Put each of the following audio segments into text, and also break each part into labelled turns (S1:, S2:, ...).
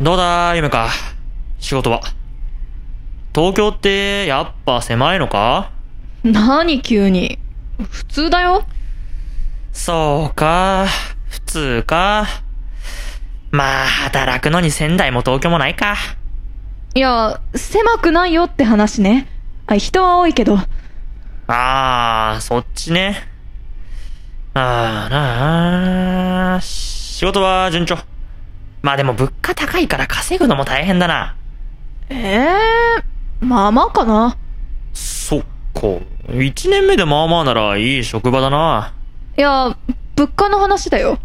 S1: どうだ夢か。仕事は。東京って、やっぱ狭いのか
S2: 何急に。普通だよ。
S1: そうか。普通か。まあ、働くのに仙台も東京もないか。
S2: いや、狭くないよって話ね。あ、人は多いけど。
S1: ああ、そっちね。ああ、なあ。仕事は順調。まあでも物価高いから稼ぐのも大変だな。
S2: ええまあまあかな。
S1: そっか。一年目でまあまあならいい職場だな。
S2: いや、物価の話だよ。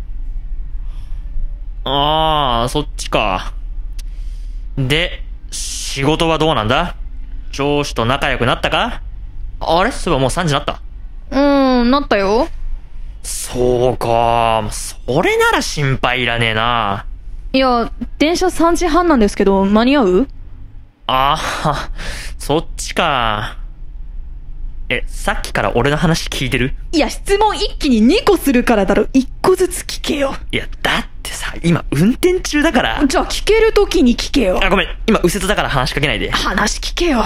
S1: ああ、そっちか。で、仕事はどうなんだ上司と仲良くなったかあれそういえばもう3時になった。
S2: うーん、なったよ。
S1: そうか。それなら心配いらねえな。
S2: いや、電車3時半なんですけど、間に合う
S1: ああ、そっちか。え、さっきから俺の話聞いてる
S2: いや、質問一気に2個するからだろ。1個ずつ聞けよ。
S1: いや、だってさ、今運転中だから。
S2: じゃあ聞けるときに聞けよ。
S1: あ、ごめん。今右折だから話しかけないで。
S2: 話聞けよ。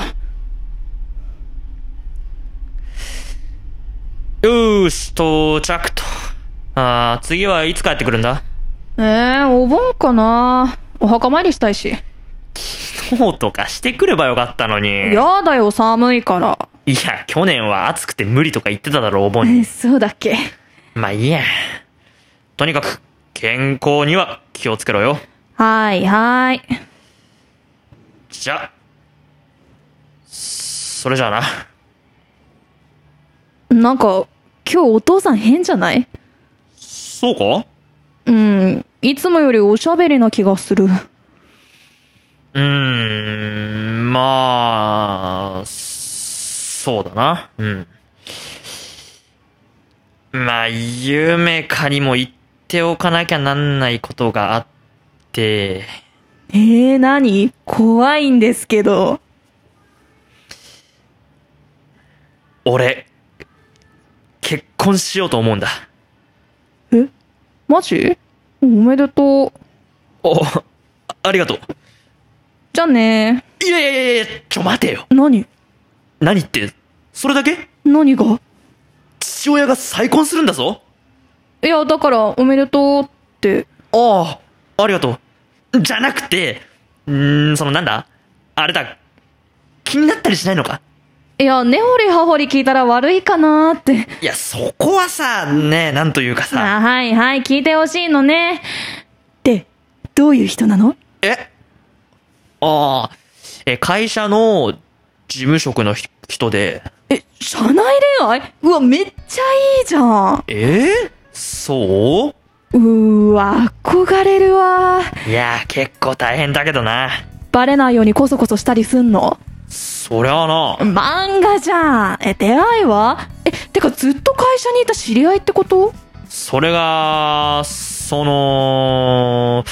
S1: よーし、到着と。ああ、次はいつ帰ってくるんだ
S2: えー、お盆かな。お墓参りしたいし。
S1: そうとかしてくればよかったのに。
S2: やだよ、寒いから。
S1: いや、去年は暑くて無理とか言ってただろ、お盆に。
S2: そうだっけ。
S1: まあいいや。とにかく、健康には気をつけろよ。
S2: はい、はい。
S1: じゃあ。それじゃあな。
S2: なんか、今日お父さん変じゃない
S1: そうか
S2: うん。いつもよりおしゃべりな気がする。
S1: うーん、まあ、そうだな。うん。まあ、夢かにも言っておかなきゃなんないことがあって、
S2: ええー、何怖いんですけど。
S1: 俺、結婚しようと思うんだ。
S2: えマジおめでとう。
S1: お、あありがとう。
S2: じゃあね
S1: いやいやいやいや、ちょ待てよ。
S2: 何
S1: 何って、それだけ
S2: 何が
S1: 父親が再婚するんだぞ。
S2: いや、だから、おめでとうって。
S1: ああ、ありがとう。じゃなくて、うーん、そのなんだあれだ、気になったりしないのか
S2: いや、根掘り葉掘り聞いたら悪いかなーって。
S1: いや、そこはさ、ねえ、なんというかさ。
S2: あはいはい、聞いてほしいのね。で、どういう人なの
S1: えああ、え、会社の事務職のひ人で。
S2: え、社内恋愛うわ、めっちゃいいじゃん。
S1: えーそう
S2: ーわ、憧れるわ。
S1: ういや、結構大変だけどな。
S2: バレないようにコソコソしたりすんの
S1: そりゃあな。
S2: 漫画じゃん。え、出会いはえ、てかずっと会社にいた知り合いってこと
S1: それが、その、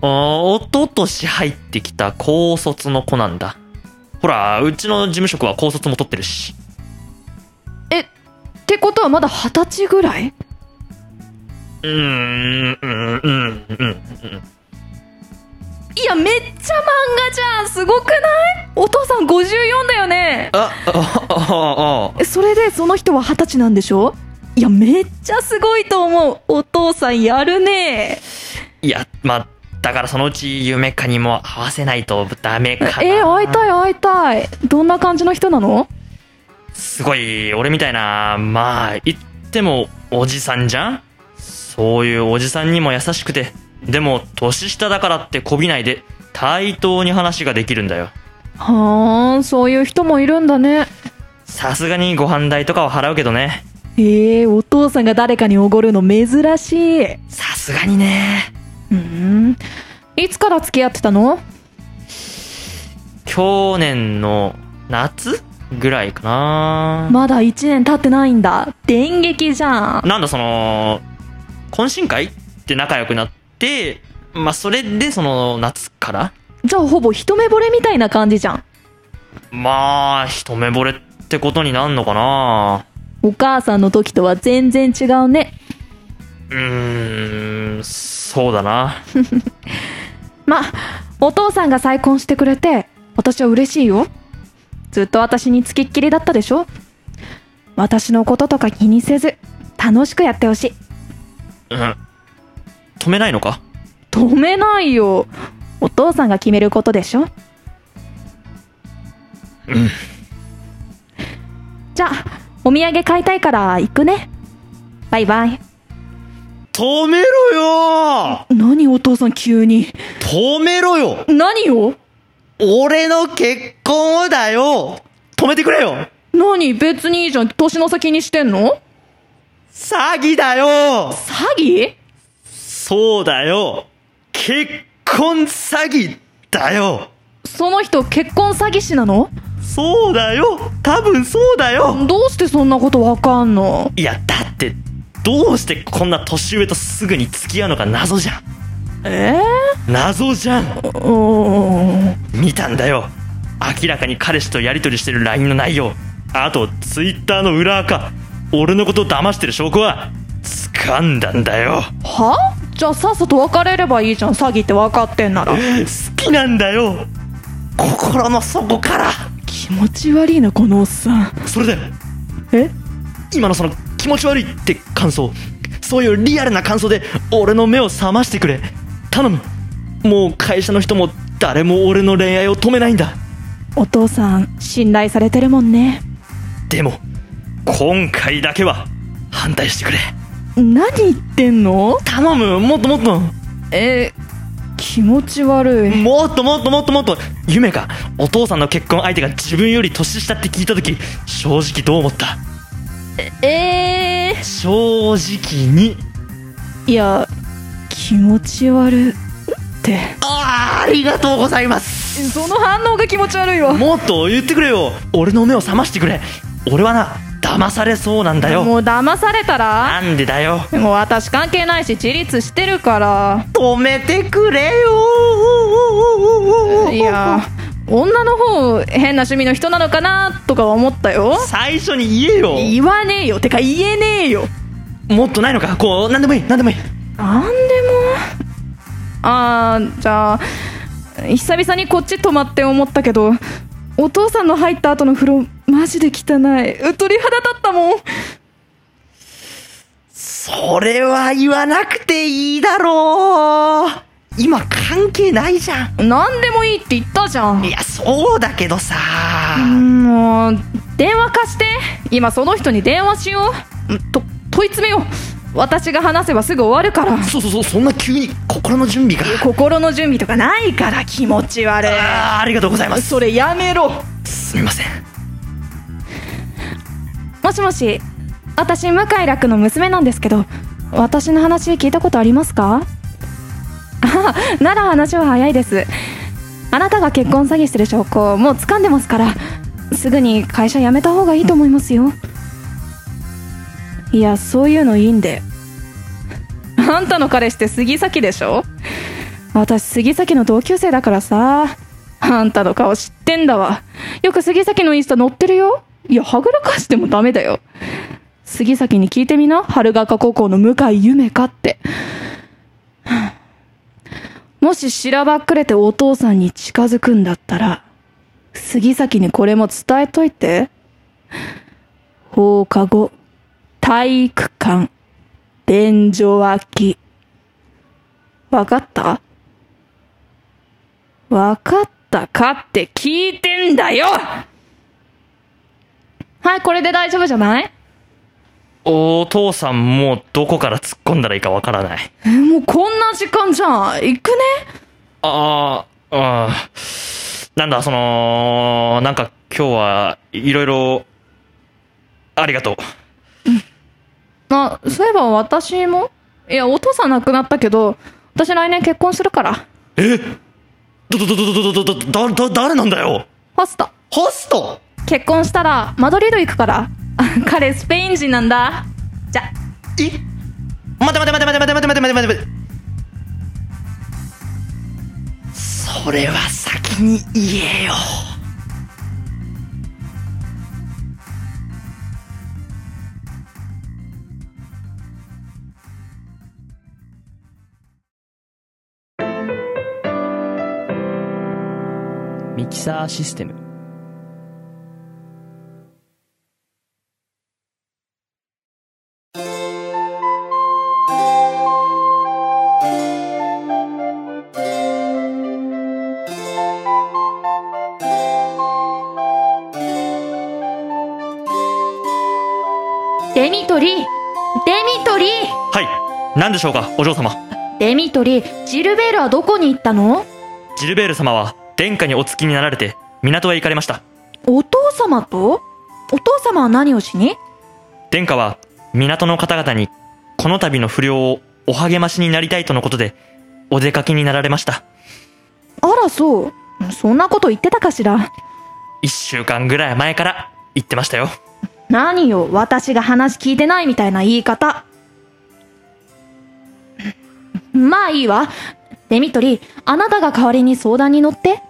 S1: あおととし入ってきた高卒の子なんだ。ほら、うちの事務職は高卒も取ってるし。
S2: え、ってことはまだ二十歳ぐらいう
S1: ーん、うん、うん、うん、うん。
S2: いや、めっちゃ漫画じゃん。すごくないお父さん54だよね。
S1: あ、あ、あ、あ、
S2: それでその人は二十歳なんでしょいや、めっちゃすごいと思う。お父さんやるね
S1: いや、まあ、だからそのうち夢かにも合わせないとダメかな。
S2: えー会いたい会いたい。どんな感じの人なの
S1: すごい、俺みたいな、まあ、言っても、おじさんじゃんそういうおじさんにも優しくて、でも、年下だからってこびないで、対等に話ができるんだよ。
S2: はーん、そういう人もいるんだね。
S1: さすがにご飯代とかは払うけどね。
S2: えー、お父さんが誰かにおごるの珍しい。う
S1: さすがにね。
S2: ーん。いつから付き合ってたの
S1: 去年の夏ぐらいかな。
S2: まだ1年経ってないんだ。電撃じゃん。
S1: なんだその、懇親会って仲良くなって、まあ、それでその夏から
S2: じゃあほぼ一目惚れみたいな感じじゃん。
S1: まあ、一目惚れってことになんのかな。
S2: お母さんの時とは全然違うね。
S1: うーん、そうだな。
S2: まあお父さんが再婚してくれて私は嬉しいよずっと私につきっきりだったでしょ私のこととか気にせず楽しくやってほしい
S1: うん。止めないのか
S2: 止めないよお父さんが決めることでしょ
S1: うん。
S2: じゃあお土産買いたいから行くねバイバイ
S1: 止めろよ
S2: 何お父さん急に
S1: 止めろよ
S2: 何よ
S1: 俺の結婚をだよ止めてくれよ
S2: 何別にいいじゃん年の先にしてんの
S1: 詐欺だよ
S2: 詐欺
S1: そうだよ結婚詐欺だよ
S2: その人結婚詐欺師なの
S1: そうだよ多分そうだよ
S2: どうしてそんなことわかんの
S1: いや、だって、どうしてこんな年上とすぐに付き合うのか謎じゃん
S2: え
S1: 謎じゃん
S2: ー、うん
S1: 見たんだよ明らかに彼氏とやり取りしてる LINE の内容あと Twitter の裏垢俺のことを騙してる証拠は掴んだんだよ
S2: はじゃあさっさと別れればいいじゃん詐欺って分かってんなら
S1: 好きなんだよ心の底から
S2: 気持ち悪いなこのおっさん
S1: それだよ
S2: え
S1: 今のその気持ち悪いって感想そういうリアルな感想で俺の目を覚ましてくれ頼むもう会社の人も誰も俺の恋愛を止めないんだ
S2: お父さん信頼されてるもんね
S1: でも今回だけは反対してくれ
S2: 何言ってんの
S1: 頼むもっともっと
S2: え気持ち悪い
S1: もっともっともっともっと夢かお父さんの結婚相手が自分より年下って聞いた時正直どう思った
S2: え
S1: 正直に
S2: ー、いや気持ち悪って
S1: あーありがとうございます
S2: その反応が気持ち悪いわ
S1: もっと言ってくれよ俺の目を覚ましてくれ俺はな騙されそうなんだよ
S2: もう騙された
S1: な
S2: ら
S1: んでだよ
S2: もう私関係ないし自立してるから
S1: 止めてくれよ
S2: いや女の方変な趣味の人なのかなとかは思ったよ
S1: 最初に言えよ
S2: 言わねえよてか言えねえよ
S1: もっとないのかこう何でもいい何でもいい
S2: なんでもあーじゃあ久々にこっち泊まって思ったけどお父さんの入った後の風呂マジで汚いうっとり肌だったもん
S1: それは言わなくていいだろう今関係ないじゃん
S2: 何でもいいって言ったじゃん
S1: いやそうだけどさ
S2: うんもう電話貸して今その人に電話しよううんと問い詰めよう私が話せばすぐ終わるから
S1: そうそうそうそんな急に心の準備が
S2: 心の準備とかないから気持ち悪
S1: あーありがとうございま
S2: い
S1: す
S2: それやめろ
S1: すみません
S2: もしもし私向井楽の娘なんですけど私の話聞いたことありますか あなら話は早いですあなたが結婚詐欺してる証拠もう掴んでますからすぐに会社辞めた方がいいと思いますよいやそういうのいいんであんたの彼氏って杉崎でしょ私杉崎の同級生だからさあんたの顔知ってんだわよく杉崎のインスタ載ってるよいやはぐらかしてもダメだよ杉崎に聞いてみな春ヶ丘高校の向井夢かってもししらばっくれてお父さんに近づくんだったら杉崎にこれも伝えといて放課後体育館便所脇わかったわかったかって聞いてんだよはい、これで大丈夫じゃない
S1: お父さんもうどこから突っ込んだらいいかわからない
S2: え、もうこんな時間じゃん。行くね
S1: あああーなんだそのなんか今日はいろいろありがとう
S2: あ、そういえば私もいや、お父さん亡くなったけど、私来年結婚するから。
S1: えどどどどどどどどだだ誰なんだよ
S2: ホスト。
S1: ホスト
S2: 結婚したら、マドリード行くから。 あ彼、スペイン人なんだ。じゃ、
S1: え待て待て待て待て待て待て待て待て待て待てそれは先に言えよ
S3: キサーシステム
S2: デミトリーデミトリー
S3: はい何でしょうかお嬢様
S2: デミトリージルベールはどこに行ったの
S3: ジルベール様は殿下にお付きになられて港へ行かれました
S2: お父様とお父様は何をしに
S3: 殿下は港の方々にこの度の不良をお励ましになりたいとのことでお出かけになられました
S2: あらそうそんなこと言ってたかしら
S3: 1週間ぐらい前から言ってましたよ
S2: 何よ私が話聞いてないみたいな言い方まあいいわデミトリーあなたが代わりに相談に乗って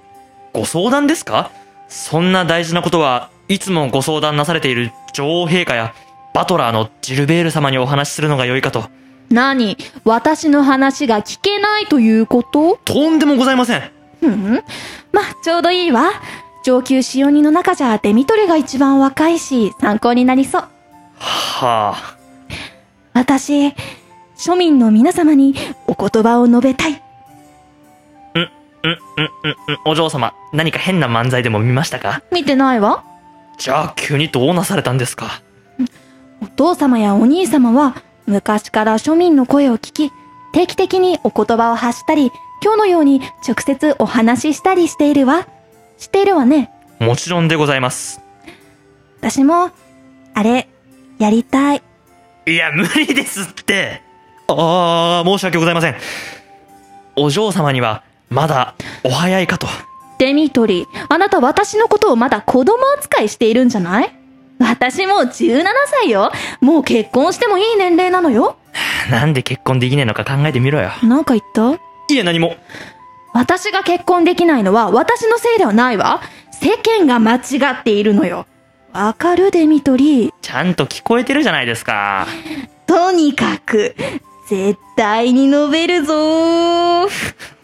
S3: ご相談ですかそんな大事なことはいつもご相談なされている女王陛下やバトラーのジルベール様にお話しするのが良いかと
S2: 何私の話が聞けないということ
S3: とんでもございません
S2: うんまあちょうどいいわ上級使用人の中じゃデミトリが一番若いし参考になりそう
S3: はあ
S2: 私庶民の皆様にお言葉を述べたい
S3: うんうんうんうんお嬢様何か変な漫才でも見ましたか
S2: 見てないわ
S3: じゃあ急にどうなされたんですか
S2: お父様やお兄様は昔から庶民の声を聞き、定期的にお言葉を発したり、今日のように直接お話ししたりしているわ。知っているわね。
S3: もちろんでございます
S2: 私も、あれ、やりたい。
S3: いや無理ですってああ申し訳ございませんお嬢様にはまだお早いかと
S2: デミトリー、あなた私のことをまだ子供扱いしているんじゃない私もう17歳よ。もう結婚してもいい年齢なのよ。
S3: なんで結婚できねえのか考えてみろよ
S2: なんか言った
S3: いえ何も
S2: 私が結婚できないのは私のせいではないわ。世間が間違っているのよ。わかるデミトリー。
S3: ちゃんと聞こえてるじゃないですか
S2: とにかく、絶対に述べるぞー。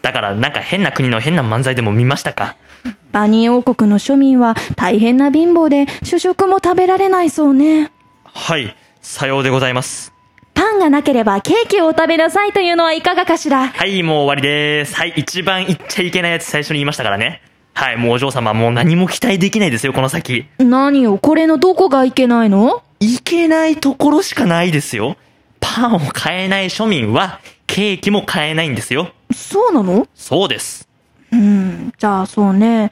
S3: だからなんか変な国の変な漫才でも見ましたか
S2: バニー王国の庶民は大変な貧乏で主食も食べられないそうね。
S3: はいさようでございます
S2: パンがなければケーキをお食べなさいというのはいかがかしら。
S3: はいもう終わりですはい一番言っちゃいけないやつ最初に言いましたからねはいもうお嬢様もう何も期待できないですよこの先
S2: 何よ、これのどこがいけないの
S3: いけないところしかないですよパンを買えない庶民はケーキも買えないんですよ
S2: そうなの
S3: そうです
S2: うん、じゃあそうね。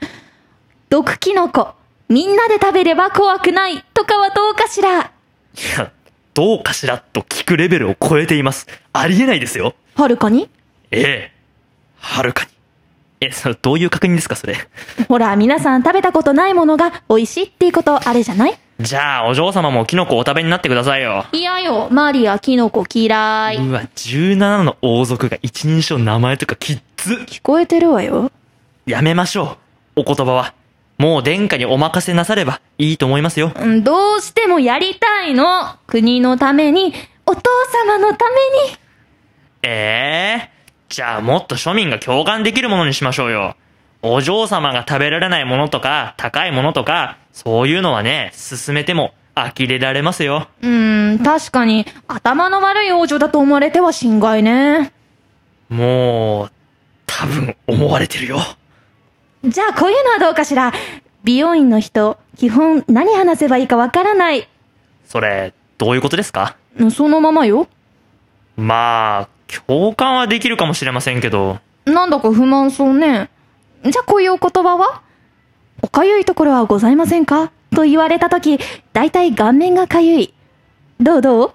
S2: 毒キノコ、みんなで食べれば怖くないとかはどうかしら。
S3: いやどうかしらと聞くレベルを超えていますありえないですよ
S2: はるかに
S3: ええはるかにえそれどういう確認ですかそれ
S2: ほら、皆さん食べたことないものが美味しいっていうことあれじゃない
S3: じゃあお嬢様もキノコお食べになってくださいよ
S2: いやよ、マリア、キノコ嫌い。
S3: うわ17の王族が一人称名前とかきっつ
S2: 聞こえてるわよ。
S3: やめましょうお言葉はもう殿下にお任せなさればいいと思いますよ
S2: うんどうしてもやりたいの。国のために、お父様のために。
S3: ええじゃあもっと庶民が共感できるものにしましょうよ。お嬢様が食べられないものとか、高いものとか、そういうのはね、進めても呆れられますよ。
S2: うーん、確かに、頭の悪い王女だと思われては心外ね。
S3: もう、多分思われてるよ。
S2: じゃあ、こういうのはどうかしら。美容院の人、基本何話せばいいかわからない。
S3: それ、どういうことですか
S2: うんそのままよ。
S3: まあ、共感はできるかもしれませんけど、
S2: なんだか不満そうね。じゃあこういうお言葉はおかゆいところはございませんかと言われたとき、だいたい顔面がかゆい。どうどう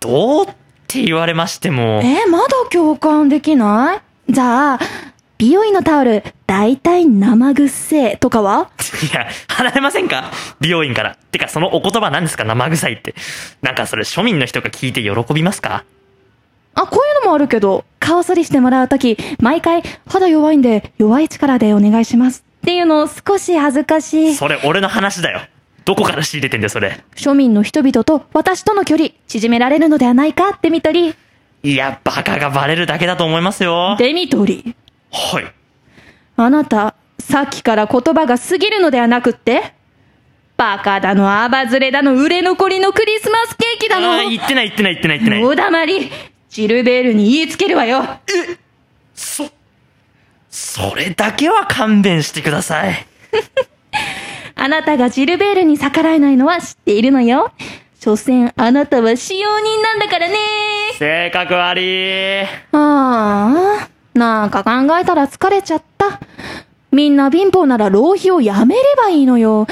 S3: どうって言われましても、
S2: えー、まだ共感できないじゃあ、美容院のタオル、だいたい生臭いとかはい
S3: や、離れませんか美容院から。てか、そのお言葉なんですか生臭いって。なんかそれ庶民の人が聞いて喜びますか
S2: あ、こういうのもあるけど、顔剃りしてもらうとき、毎回、肌弱いんで、弱い力でお願いします。っていうのを少し恥ずかしい。
S3: それ俺の話だよ。どこから仕入れてんだよ、それ。
S2: 庶民の人々と私との距離、縮められるのではないかってみとり。
S3: いや、バカがバレるだけだと思いますよ。
S2: デミトリー。
S3: はい。
S2: あなた、さっきから言葉が過ぎるのではなくって、バカだの、アバズレだの、売れ残りのクリスマスケーキだ
S3: あ
S2: の
S3: ー、言ってない言ってない言ってない言ってない。
S2: おだまり、ジルベールに言いつけるわよ。
S3: そ、それだけは勘弁してください。
S2: あなたがジルベールに逆らえないのは知っているのよ。所詮あなたは使用人なんだからね。
S3: 性格悪い。
S2: ああ、なんか考えたら疲れちゃった。みんな貧乏なら浪費をやめればいいのよ。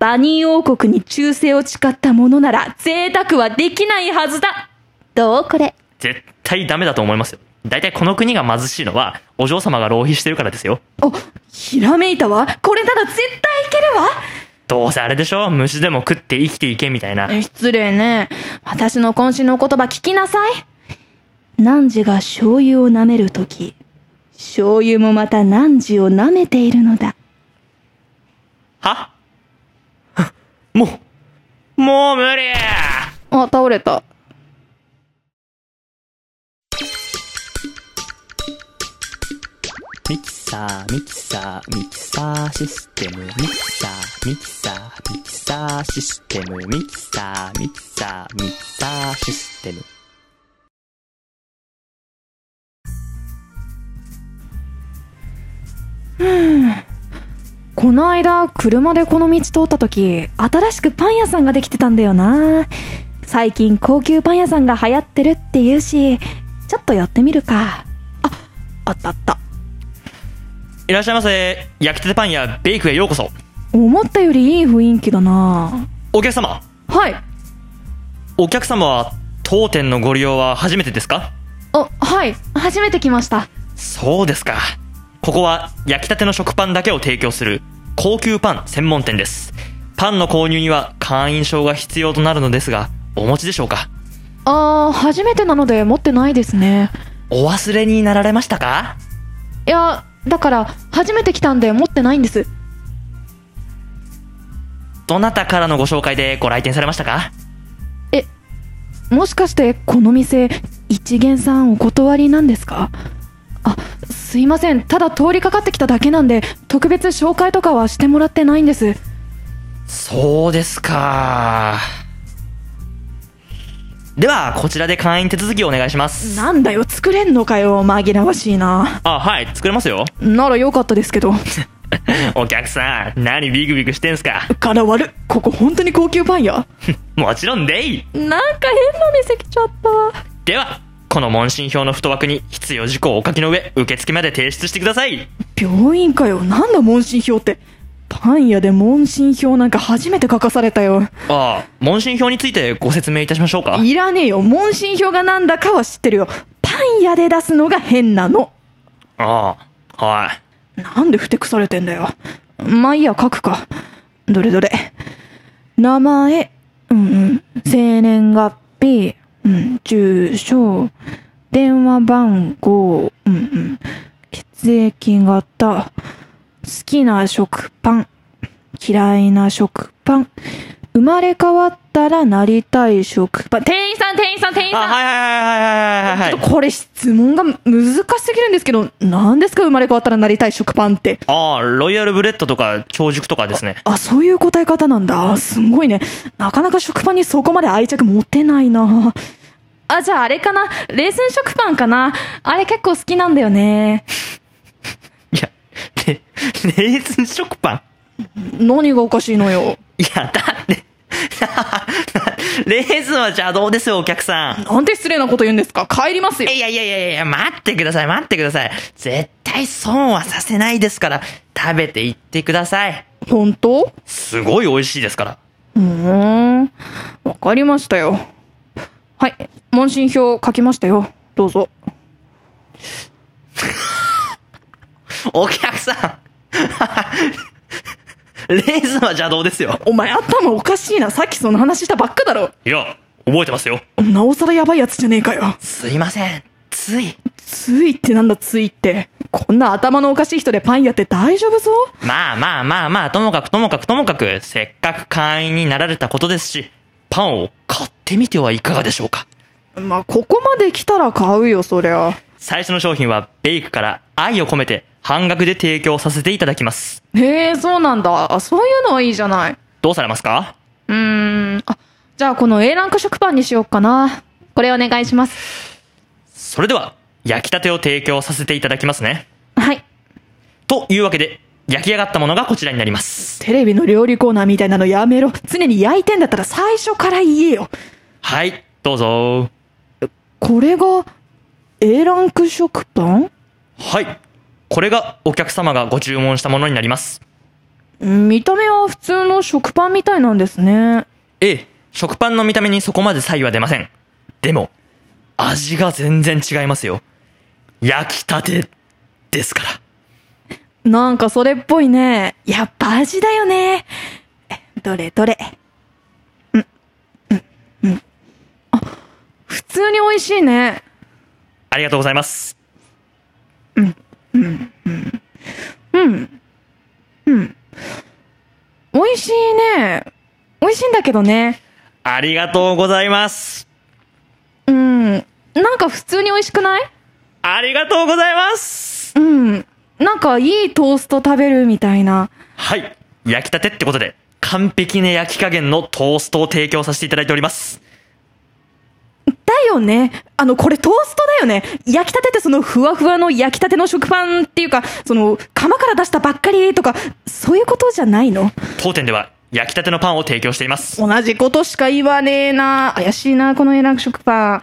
S2: バニー王国に忠誠を誓ったものなら贅沢はできないはずだ。どうこれ。
S3: 絶対ダメだと思いますよ。大体この国が貧しいのは、お嬢様が浪費してるからですよ。
S2: お、ひらめいたわ。これなら絶対いけるわ。
S3: どうせあれでしょ虫でも食って生きていけみたいな。
S2: え失礼ね。私の渾身のお言葉聞きなさい。汝が醤油を舐めるとき、醤油もまた汝を舐めているのだ。
S3: は もう、もう無理
S2: あ、倒れた。
S4: ミキサー、ミキサー、ミキサーシステム。ミキサー、ミキサー、ミキサーシステム。ミキサー、ミキサー、ミキサーシステム。
S2: この間、車でこの道通ったとき、新しくパン屋さんができてたんだよな。最近高級パン屋さんが流行ってるって言うし、ちょっと寄ってみるか。あ、あったあった。
S3: いらっしゃいませ。焼きたてパンやベイクへようこそ。
S2: 思ったよりいい雰囲気だな。
S3: お客様、
S2: はい。
S3: お客様は当店のご利用は初めてですか
S2: あ、はい。初めて来ました。
S3: そうですか。ここは焼きたての食パンだけを提供する高級パン専門店です。パンの購入には会員証が必要となるのですが、お持ちでしょうか
S2: ああ、初めてなので持ってないですね。
S3: お忘れになられましたか
S2: いや、だから、初めて来たんで持ってないんです。
S3: どなたからのご紹介でご来店されましたか
S2: もしかして、この店、一元さんお断りなんですかあ、すいません。ただ通りかかってきただけなんで、特別紹介とかはしてもらってないんです。
S3: そうですか。では、こちらで会員手続きをお願いします。
S2: なんだよ、作れんのかよ。紛らわしいな。
S3: あ、はい、作れますよ。
S2: ならよかったですけ ど。
S3: お客さん、何ビクビクしてんすか
S2: から悪っ。ここ本当に高級パン屋
S3: もちろんでい
S2: なんか変な店来ちゃった。
S3: では、この問診票の太枠に必要事項をお書きの上、受付まで提出してください。
S2: 病院かよなんだ問診票ってパン屋で問診票なんか初めて書かされたよ
S3: ああ、問診票についてご説明いたしましょうか。
S2: いらねえよ問診票がなんだかは知ってるよパン屋で出すのが変なの
S3: ああ、はい。
S2: なんでふてくされてんだよまあいいや書くかどれどれ名前うんうん生年月日うん住所電話番号うんうん血液型好きな食パン、嫌いな食パン、生まれ変わったらなりたい食パン。店員さん、店員さん、店員
S3: あ、
S2: さん、
S3: はいはいはいはいはいはい
S2: ちょっ
S3: はい。
S2: とこれ質問が難しすぎるんですけど、何ですか生まれ変わったらなりたい食パンって。
S3: ああ、ロイヤルブレッドとか、長熟とかですね。
S2: あ、そういう答え方なんだ。すごいね。なかなか食パンにそこまで愛着持てないな。あ、じゃああれかなレーズン食パンかなあれ結構好きなんだよね。
S3: いや、 レ、レーズン食パン
S2: 何がおかしいのよ。
S3: いや、だって、 レーズンは邪道ですよ、お客さん。
S2: なんて失礼なこと言うんですか帰りますよ。
S3: いやいやいやいや、待ってください、待ってください。絶対損はさせないですから、食べていってください。
S2: 本当
S3: すごい美味しいですから。
S2: うーん。わかりましたよ。はい。問診票書きましたよ。どうぞ。
S3: お客さん レーズンは邪道ですよ。
S2: お前頭おかしいな。さっきその話したばっかだろ。
S3: いや、覚えてますよ。
S2: なおさらやばいやつじゃねえかよ。
S3: すいません。つい。
S2: ついってなんだついって。こんな頭のおかしい人でパン屋って大丈夫そう
S3: まあまあまあまあ、ともかくともかくともかく、せっかく会員になられたことですし、パンを買ってみてはいかがでしょうか。
S2: まあ、ここまで来たら買うよ、そりゃ。
S3: 最初の商品はベイクから愛を込めて半額で提供させていただきます。
S2: へえ、そうなんだ。あそういうのはいいじゃない。
S3: どうされますか
S2: うーん。あ、じゃあこの A ランク食パンにしようかな。これお願いします。
S3: それでは、焼きたてを提供させていただきますね。
S2: はい。
S3: というわけで、焼き上がったものがこちらになります。
S2: テレビの料理コーナーみたいなのやめろ。常に焼いてんだったら最初から言えよ。
S3: はい、どうぞ。
S2: これが A ランク食パン
S3: はい。これがお客様がご注文したものになります。
S2: 見た目は普通の食パンみたいなんですね。
S3: ええ、食パンの見た目にそこまで差異は出ません。でも、味が全然違いますよ。焼きたて、ですから。
S2: なんかそれっぽいね。やっぱ味だよね。えどれどれ。うん、うん、うん。あ、普通に美味しいね。
S3: ありがとうございます。
S2: 美味しいね。美味しいんだけどね。
S3: ありがとうございます。
S2: うん。なんか普通に美味しくない
S3: ありがとうございます。
S2: うん。なんかいいトースト食べるみたいな。
S3: はい。焼きたてってことで、完璧な焼き加減のトーストを提供させていただいております。
S2: だよね。あの、これトーストだよね。焼きたてってそのふわふわの焼きたての食パンっていうか、その、釜から出したばっかりとか、そういうことじゃないの
S3: 当店では、焼きたてのパンを提供しています。
S2: 同じことしか言わねえな。怪しいな、この A ランク食パン。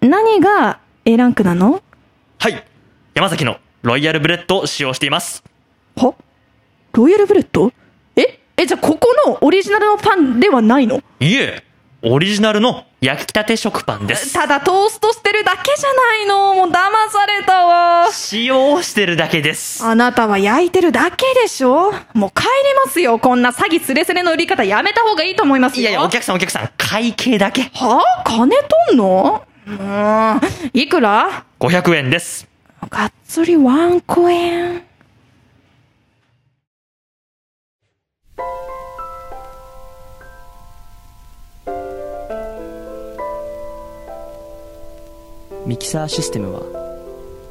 S2: 何が A ランクなの
S3: はい。山崎のロイヤルブレッドを使用しています。
S2: はロイヤルブレッドええ、じゃあここのオリジナルのパンではないの
S3: いえ、オリジナルの焼きたて食パンです。
S2: ただトーストしてるだけじゃないの。もう騙されたわ。
S3: 使用してるだけです。
S2: あなたは焼いてるだけでしょもう帰りますよ。こんな詐欺すれすれの売り方やめた方がいいと思います
S3: い
S2: よ。
S3: やいや、お客さんお客さん、会計だけ。
S2: はあ金とんのうーん。いくら
S3: 500円です。
S2: がっつりワンコ円。
S4: ミキサーシステムは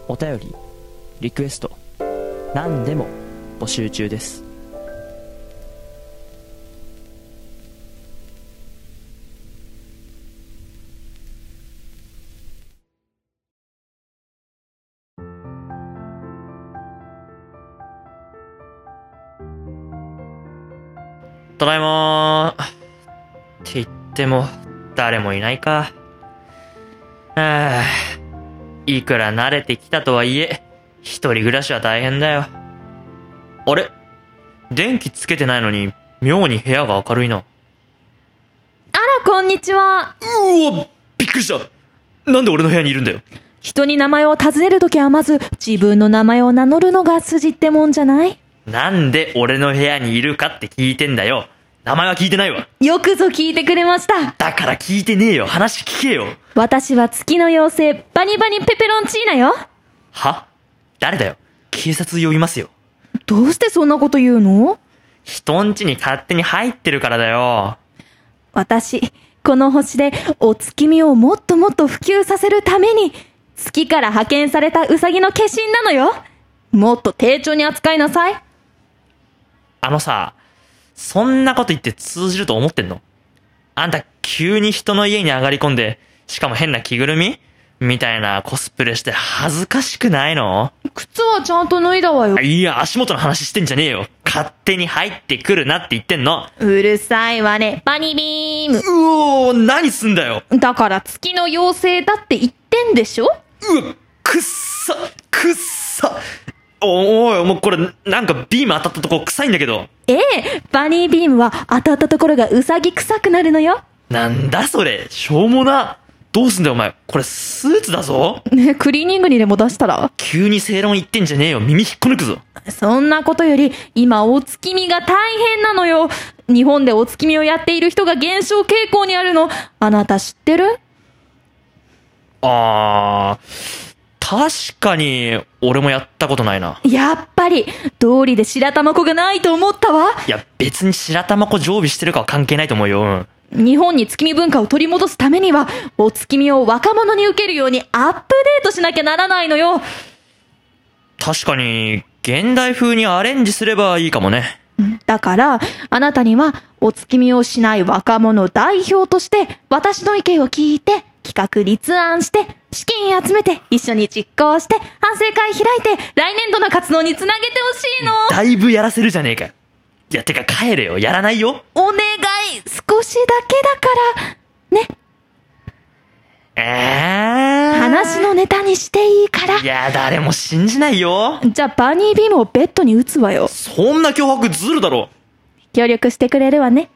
S4: お便りリクエスト何でも募集中です
S3: ただいまー。って言っても、誰もいないか。はあ、いくら慣れてきたとはいえ、一人暮らしは大変だよ。あれ電気つけてないのに、妙に部屋が明るいな。
S2: あら、こんにちは。
S3: うわ、びっくりした。なんで俺の部屋にいるんだよ。
S2: 人に名前を尋ねるときはまず自分の名前を名乗るのが筋ってもんじゃない
S3: なんで俺の部屋にいるかって聞いてんだよ。名前は聞いてないわ。
S2: よくぞ聞いてくれました。
S3: だから聞いてねえよ。話聞けよ。
S2: 私は月の妖精、バニバニペペロンチーナよ。
S3: は誰だよ。警察呼びますよ。
S2: どうしてそんなこと言うの
S3: 人ん家に勝手に入ってるからだよ。
S2: 私、この星でお月見をもっともっと普及させるために、月から派遣されたウサギの化身なのよ。もっと丁重に扱いなさい。
S3: あのさ、そんなこと言って通じると思ってんのあんた急に人の家に上がり込んで、しかも変な着ぐるみみたいなコスプレして恥ずかしくないの
S2: 靴はちゃんと脱いだわよ
S3: あ。いや、足元の話してんじゃねえよ。勝手に入ってくるなって言ってんの。
S2: うるさいわね、バニビーム。
S3: うおー、何すんだよ。
S2: だから月の妖精だって言ってんでしょ
S3: うわ、くっさ、くっさ。おおい、もうこれ、なんかビーム当たったとこ臭いんだけど。
S2: ええ、バニービームは当たったところがウサギ臭くなるのよ。
S3: なんだそれ、しょうもな。どうすんだよお前、これスーツだぞ。
S2: ねクリーニングにでも出したら
S3: 急に正論言ってんじゃねえよ、耳引っこ抜くぞ。
S2: そんなことより、今お月見が大変なのよ。日本でお月見をやっている人が減少傾向にあるの。あなた知ってる
S3: あー、確かに、俺もやったことないな。
S2: やっぱり、道理で白玉粉がないと思ったわ。
S3: いや、別に白玉粉常備してるかは関係ないと思うよ。うん
S2: 日本に月見文化を取り戻すためには、お月見を若者に受けるようにアップデートしなきゃならないのよ。
S3: 確かに、現代風にアレンジすればいいかもね。
S2: だから、あなたには、お月見をしない若者代表として、私の意見を聞いて、企画立案して、資金集めて、一緒に実行して、反省会開いて、来年度の活動につなげてほしいの
S3: だいぶやらせるじゃねえか。いや、てか帰れよ。やらないよ。
S2: お願い少しだけだから、ね、
S3: ええー。
S2: 話のネタにしていいから
S3: い。や、誰も信じないよ。
S2: じゃあ、バニービームをベッドに打つわよ。
S3: そんな脅迫ずるだろ。
S2: 協力してくれるわね。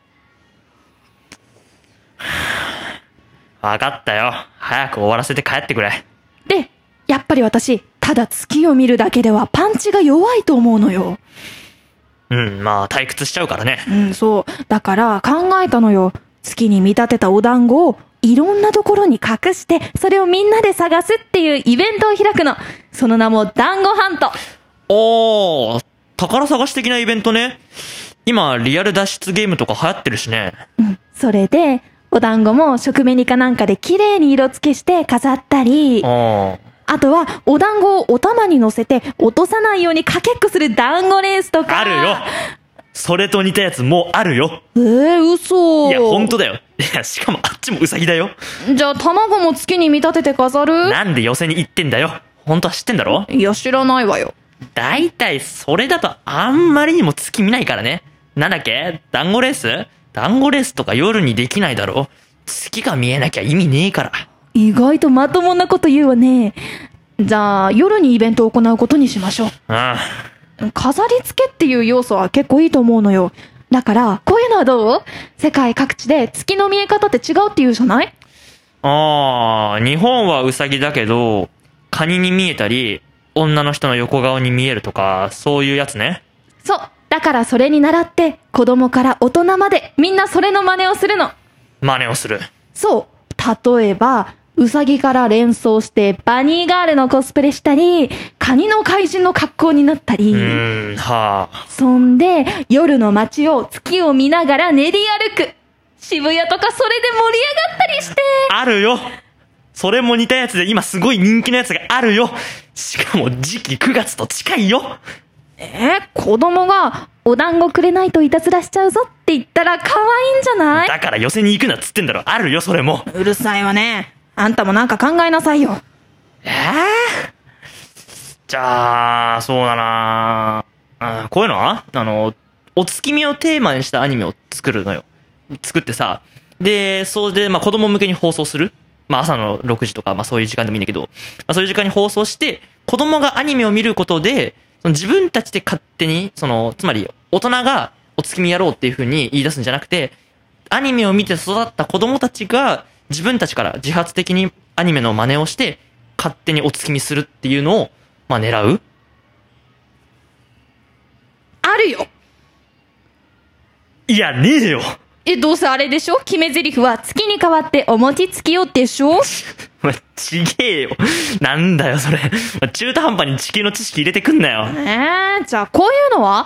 S3: わかったよ。早く終わらせて帰ってくれ。
S2: で、やっぱり私、ただ月を見るだけではパンチが弱いと思うのよ。
S3: うん、まあ退屈しちゃうからね。
S2: うん、そう。だから考えたのよ。月に見立てたお団子をいろんなところに隠して、それをみんなで探すっていうイベントを開くの。その名も団子ハント。
S3: おー、宝探し的なイベントね。今、リアル脱出ゲームとか流行ってるしね。
S2: それで、お団子も食紅かなんかで綺麗に色付けして飾ったり、
S3: あ
S2: あとはお団子をお玉に乗せて落とさないようにかけっこする団子レースとか。
S3: あるよそれと似たやつもうあるよ
S2: えー、嘘。
S3: いや、ほんとだよ。いや、しかもあっちもウサギだよ。
S2: じゃあ卵も月に見立てて飾る
S3: なんで寄せに行ってんだよ。ほんとは知ってんだろ
S2: いや、知らないわよ。
S3: だいたいそれだとあんまりにも月見ないからね。なんだっけ団子レース団子レースとか夜にできないだろ月が見えなきゃ意味ねえから。
S2: 意外とまともなこと言うわね。じゃあ、夜にイベントを行うことにしましょ
S3: うん。
S2: う。飾り付けっていう要素は結構いいと思うのよ。だから、こういうのはどう世界各地で月の見え方って違うって言うじゃない
S3: ああ、日本はウサギだけど、カニに見えたり、女の人の横顔に見えるとか、そういうやつね。
S2: そう。だからそれに習って、子供から大人までみんなそれの真似をするの。
S3: 真似をする。
S2: そう。例えば、ウサギから連想してバニーガールのコスプレしたり、カニの怪人の格好になったり。
S3: うーん、はあ。
S2: そんで、夜の街を月を見ながら練り歩く。渋谷とかそれで盛り上がったりして。
S3: あるよそれも似たやつで今すごい人気のやつがあるよしかも時期9月と近いよ
S2: え、子供が、お団子くれないといたずらしちゃうぞって言ったら可愛いんじゃな
S3: だから寄せに行くなっつってんだろあるよそれも
S2: うるさいわね。あんたもなんか考えなさいよ。
S3: えじゃあ、そうだなあこういうのはあの、お月見をテーマにしたアニメを作るのよ。作ってさ。で、それで、まあ、子供向けに放送する。まあ、朝の6時とか、まあ、そういう時間でもいいんだけど、まあ、そういう時間に放送して、子供がアニメを見ることで、その自分たちで勝手に、その、つまり、大人がお月見やろうっていう風に言い出すんじゃなくて、アニメを見て育った子供たちが自分たちから自発的にアニメの真似をして勝手にお月見するっていうのを、まあ狙う
S2: あるよ。
S3: いや、ねえよ
S2: え、どうせあれでしょ決め台詞は月に代わってお餅つきよでしょ
S3: お前、ちげえよ。なんだよ、それ。お前中途半端に地球の知識入れてくんなよ。
S2: えー、じゃあこういうのは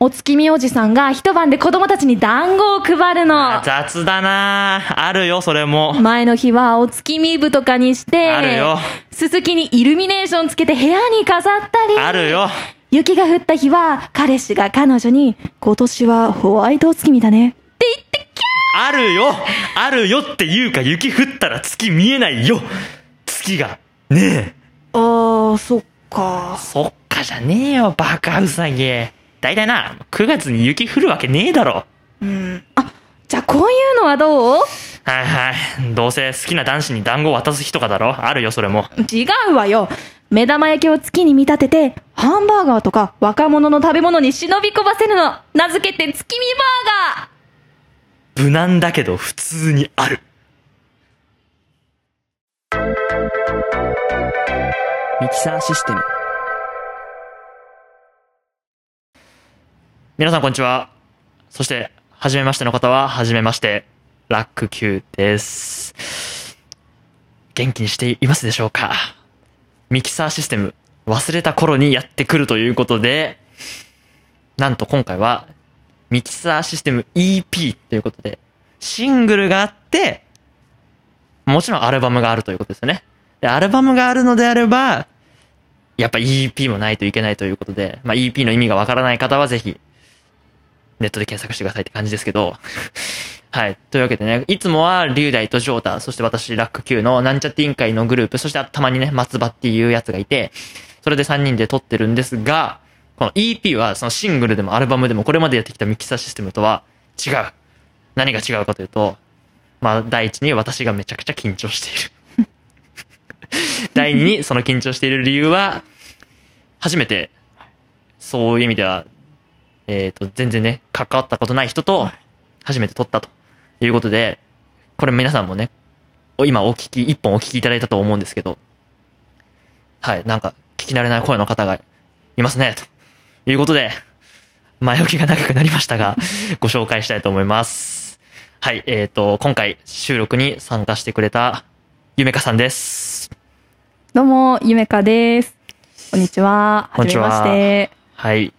S2: お月見おじさんが一晩で子供たちに団子を配るの。
S3: 雑だなあるよ、それも。
S2: 前の日はお月見部とかにして、
S3: あるよ
S2: すすきにイルミネーションつけて部屋に飾ったり、
S3: あるよ。
S2: 雪が降った日は彼氏が彼女に、今年はホワイトお月見だね。って言ってき
S3: あるよあるよっていうか、雪降ったら月見えないよ月が。ねえ。
S2: あー、そっか。
S3: そっかじゃねえよ、バカウサギ。だいたいな、9月に雪降るわけねえだろ。
S2: あ、じゃあこういうのはどう
S3: はいはい。どうせ好きな男子に団子渡す日とかだろあるよ、それも。
S2: 違うわよ。目玉焼きを月に見立てて、ハンバーガーとか若者の食べ物に忍び込ませるの。名付けて月見バーガー
S3: 無難だけど普通にある。
S4: ミキサーシステム
S3: 皆さんこんにちは。そして、はじめましての方は、はじめまして、ラック Q です。元気にしていますでしょうかミキサーシステム、忘れた頃にやってくるということで、なんと今回は、ミキサーシステム EP ということで、シングルがあって、もちろんアルバムがあるということですよね。で、アルバムがあるのであれば、やっぱ EP もないといけないということで、まあ、EP の意味がわからない方はぜひ、ネットで検索してくださいって感じですけど、はい。というわけでね、いつもは、龍大とジョータ、そして私、ラック Q のなんちゃって委員会のグループ、そしてたまにね、松葉っていうやつがいて、それで3人で撮ってるんですが、この EP は、そのシングルでもアルバムでもこれまでやってきたミキサーシステムとは違う。何が違うかというと、まあ、第一に私がめちゃくちゃ緊張している。第二に、その緊張している理由は、初めて、そういう意味では、えっ、と、全然ね、関わったことない人と、初めて撮ったということで、これ皆さんもね、今お聞き、一本お聞きいただいたと思うんですけど、はい、なんか、聞き慣れない声の方がいますね、ということで、前置きが長くなりました が、ご紹介したいと思います。はい、えっ、と、今回収録に参加してくれた、ゆめかさんです。
S2: どうも、ゆめかです。こんにちは。
S3: こんにちは
S2: じめまして。
S3: はい。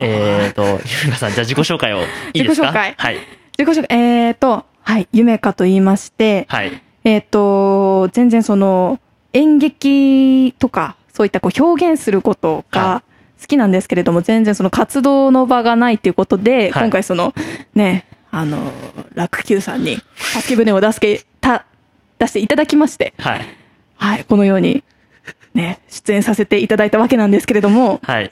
S3: えっ、と、ゆめかさん、じゃあ自己紹介をいいです
S2: 自
S3: か
S2: 己紹介
S3: はい。
S2: 自己紹介、えーと、はい、ゆめかと言いまして、
S3: はい。
S2: えっ、と、全然その、演劇とか、そういったこう表現すること
S3: は
S2: が好きなんですけれども、全然その活動の場がないということで、
S3: はい
S2: 今回その、ね、あの、楽球さんに助け舟を出すけ、た、出していただきまして、
S3: はい。
S2: はい、このように、ね、出演させていただいたわけなんですけれども、
S3: はい。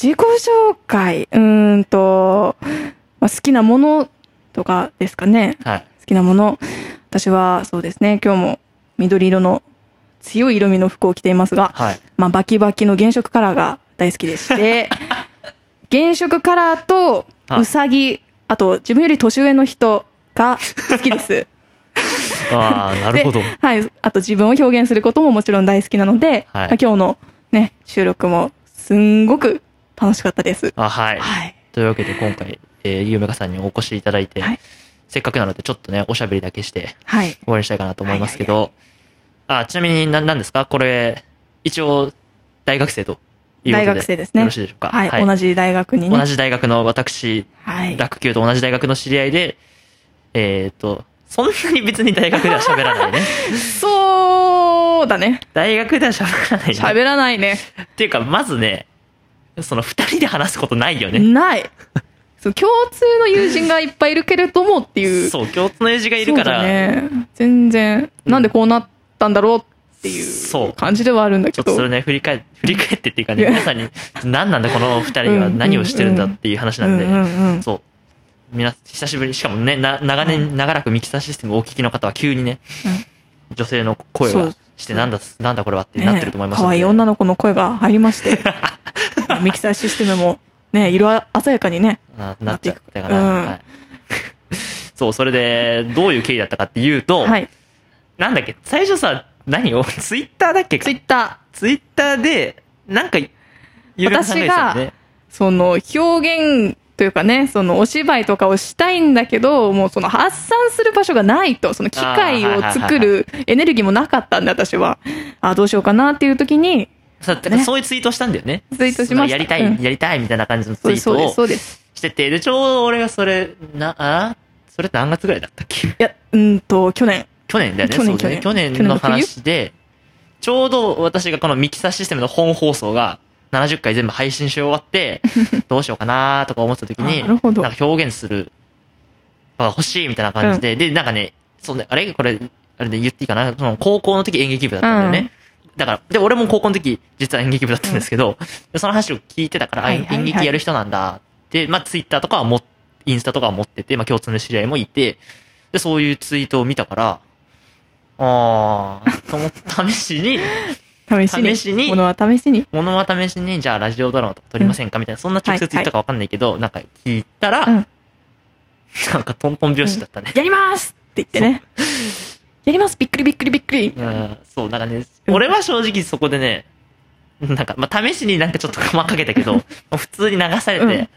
S2: 自己紹介、うーんと、まあ、好きなものとかですかね。
S3: はい。
S2: 好きなもの。私は、そうですね、今日も緑色の強い色味の服を着ていますが、
S3: はい。
S2: まあ、バキバキの原色カラーが大好きで して、原色カラーと
S3: はいう
S2: さぎ、あと自分より年上の人が好き です。
S3: ああ、なるほど
S2: で。はい。あと自分を表現することももちろん大好きなので、
S3: はい
S2: まあ今日のね、収録もすんごく楽しかったです。
S3: あはい。
S2: はい。
S3: というわけで今回、えー、ゆめかさんにお越しいただいて、
S2: はい
S3: せっかくなのでちょっとね、おしゃべりだけして
S2: はい。
S3: 終わりにしたいかなと思いますけど、あ、ちなみにな何ですかこれ、一応、大学生ということで。
S2: 大学生ですね
S3: よろしいでしょうか。
S2: はい。同じ大学にね。
S3: 同じ大学の私、
S2: はい。
S3: 楽球と同じ大学の知り合いで、えっ、と、そんなに別に大学では喋ら ないね。
S2: そうだね。
S3: 大学では喋らないね。
S2: 喋らないね。
S3: っていうか、まずね、その二人で話すことないよね。
S2: ない。そう、共通の友人がいっぱいいるけれどもっていう。
S3: そう、共通の友人がいるか
S2: そうだ
S3: ら、
S2: ね。全然、
S3: うん
S2: なんでこうなったんだろうって
S3: そ
S2: いうう感じではあるんだ
S3: ちょ
S2: け
S3: っと
S2: ど。
S3: それね、振り返、振り返ってっていうかね、
S2: いや
S3: 皆さんに、何なんだこの二人は
S2: うん
S3: 何をしてるんだっていう話
S2: う
S3: なんん
S2: う
S3: で、
S2: んうん。
S3: そう。皆さん、久しぶりに、しかもね、な、長年、長らくミキサーシステムをお聞きの方は急にね、女性の声
S2: そ
S3: が
S2: う
S3: して、なんだ、なんだこれはってなってると思いま
S2: ね
S3: す
S2: 可
S3: の
S2: 愛
S3: で
S2: い女の子の声が入りま して。ミキサーシステムも、ね、色鮮やかにね。
S3: ななっちゃったか
S2: うん
S3: ら、はい そう、それで、どういう経緯だったかっていうと、
S2: はい。
S3: なんだっけ、最初さ、何を、 ツイッターだっけ
S2: ツ
S3: ツ
S2: イッタ
S3: イッターで、なんか、ゆるかさんが言ってたよね
S2: ー、その、表現というかね、その、お芝居とかをしたいんだけど、もうその、発散する場所がないと、その、機械を作るエネルギーもなかったんで、私は。あ、どうしようかなっていう時に、
S3: そう、
S2: ね
S3: そういうツイートしたんだよね。
S2: ツイートしました
S3: やりたい、
S2: うん
S3: やりたいみたいな感じのツ
S2: そう
S3: イ
S2: です、
S3: ー
S2: そう
S3: ト
S2: です、そ
S3: を
S2: うです。
S3: してて、で、ちょうど俺がそれ、な、あそれって何月ぐらいだったっけ
S2: いや、うんと、去年。
S3: 去年だよね、
S2: 去年
S3: そうだね
S2: 去
S3: 去
S2: 年
S3: 年の話で、ちょうど私がこのミキサーシステムの本放送が、70回全部配信し終 わって、どうしようかなーとか思ってた時に、
S2: あなるほど
S3: んか表現する、あ欲しいみたいな感じで、で、なんかね、そうね、あれこれ、あれで言っていいかなその高校の時演劇部だったんだよね。だから、で、俺も高校の時、実は演劇部だったんですけど、でその話を聞いてたから、あ
S2: はいはいはい
S3: 演劇やる人なんだ。で、まあ、ツイッターとかはも、インスタとかは持ってて、まあ、共通の知り合いもいて、で、そういうツイートを見たから、あ ー、と思って試しに、
S2: 試しに。
S3: 試しに
S2: ものは試しに。
S3: 物は試しに、じゃあラジオドラマとか撮りませんかみたいな、そんな直接言ったかわかんないけど、なんか聞いたら、
S2: うん
S3: なんかトントン拍子だったね。
S2: やりますって言ってね。やりますびっくりびっくりびっくり
S3: い。やーそう、だからね、
S2: うん
S3: 俺は正直そこでね、なんか、まあ、試しになんかちょっとかまかけたけ ど、もう普通に流されて、
S2: うん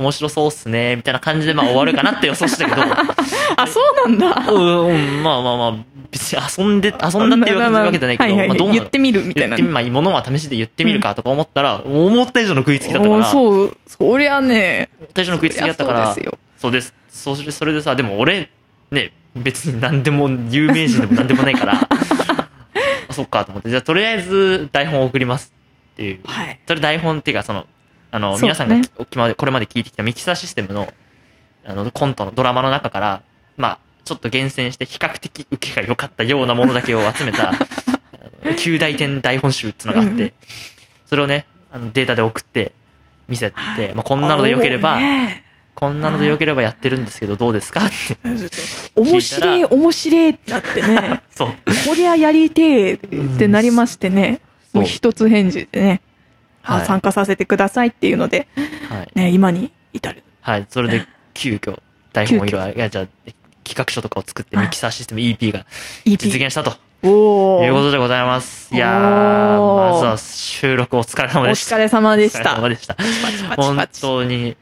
S3: 面白そうっすね、みたいな感じで、まあ、終わるかなって予想したけど、
S2: あ、そうなんだ。
S3: うん、うんまあまあまあ、別に遊んで、遊んだっていう
S2: まあまあまあ
S3: わけじゃないけど、
S2: ははい
S3: まあ、どうな
S2: 言
S3: の
S2: ってみるみたい
S3: 言っ
S2: な
S3: て。み、まあ、ものは試しで言ってみるかとか思ったら、思った以上の食いつきだったか
S2: おー
S3: ら、思っ
S2: そう、そりゃね、
S3: た以上の食いつきだったから、
S2: そりゃそうですよ
S3: そうです。それそれでさ、でも俺、ね、別に何でも、有名人でも何でもないから、 あそっかと思って、じゃあとりあえず台本送りますっていう。
S2: はい。
S3: それ台本っていうか、その、あの、
S5: そう
S3: 皆さんが
S5: ね
S3: ききまこれまで聞いてきたミキサーシステムの、あの、コントのドラマの中から、まあ、ちょっと厳選して比較的受けが良かったようなものだけを集めた、あの旧大点台本集っていうのがあっ
S2: うんう
S3: て、それをね、あのデータで送って、見せ
S2: は
S3: て、まあ、こんなので良けれ
S2: おー
S3: ば、
S2: ね
S3: こんなので良ければやってるんですけど、どうです かって。
S2: 面白
S3: 聞い
S2: い、
S3: た、
S2: 面白いってなってね
S3: そう。
S2: こりゃやりてえってなりましてね、
S3: そう
S2: もう一つ返事でね、
S3: はい
S2: あ参加させてくださいっていうので、
S3: はい。
S2: ね、今に至る。
S3: はい。それで、急遽、台本を色々、いや、じゃあ、企画書とかを作って、ミキサーシステム EP が
S2: EP。
S3: 実現したと。
S2: お
S3: というこ
S2: ー。
S3: とでございます。いやー、
S2: おー
S3: まずは収録お疲れ
S2: お
S3: 様でした。
S2: 疲れ様でし
S3: お疲れ様
S2: た。
S3: でした。
S2: パチパチ
S3: 本
S2: パチ。
S3: 当に、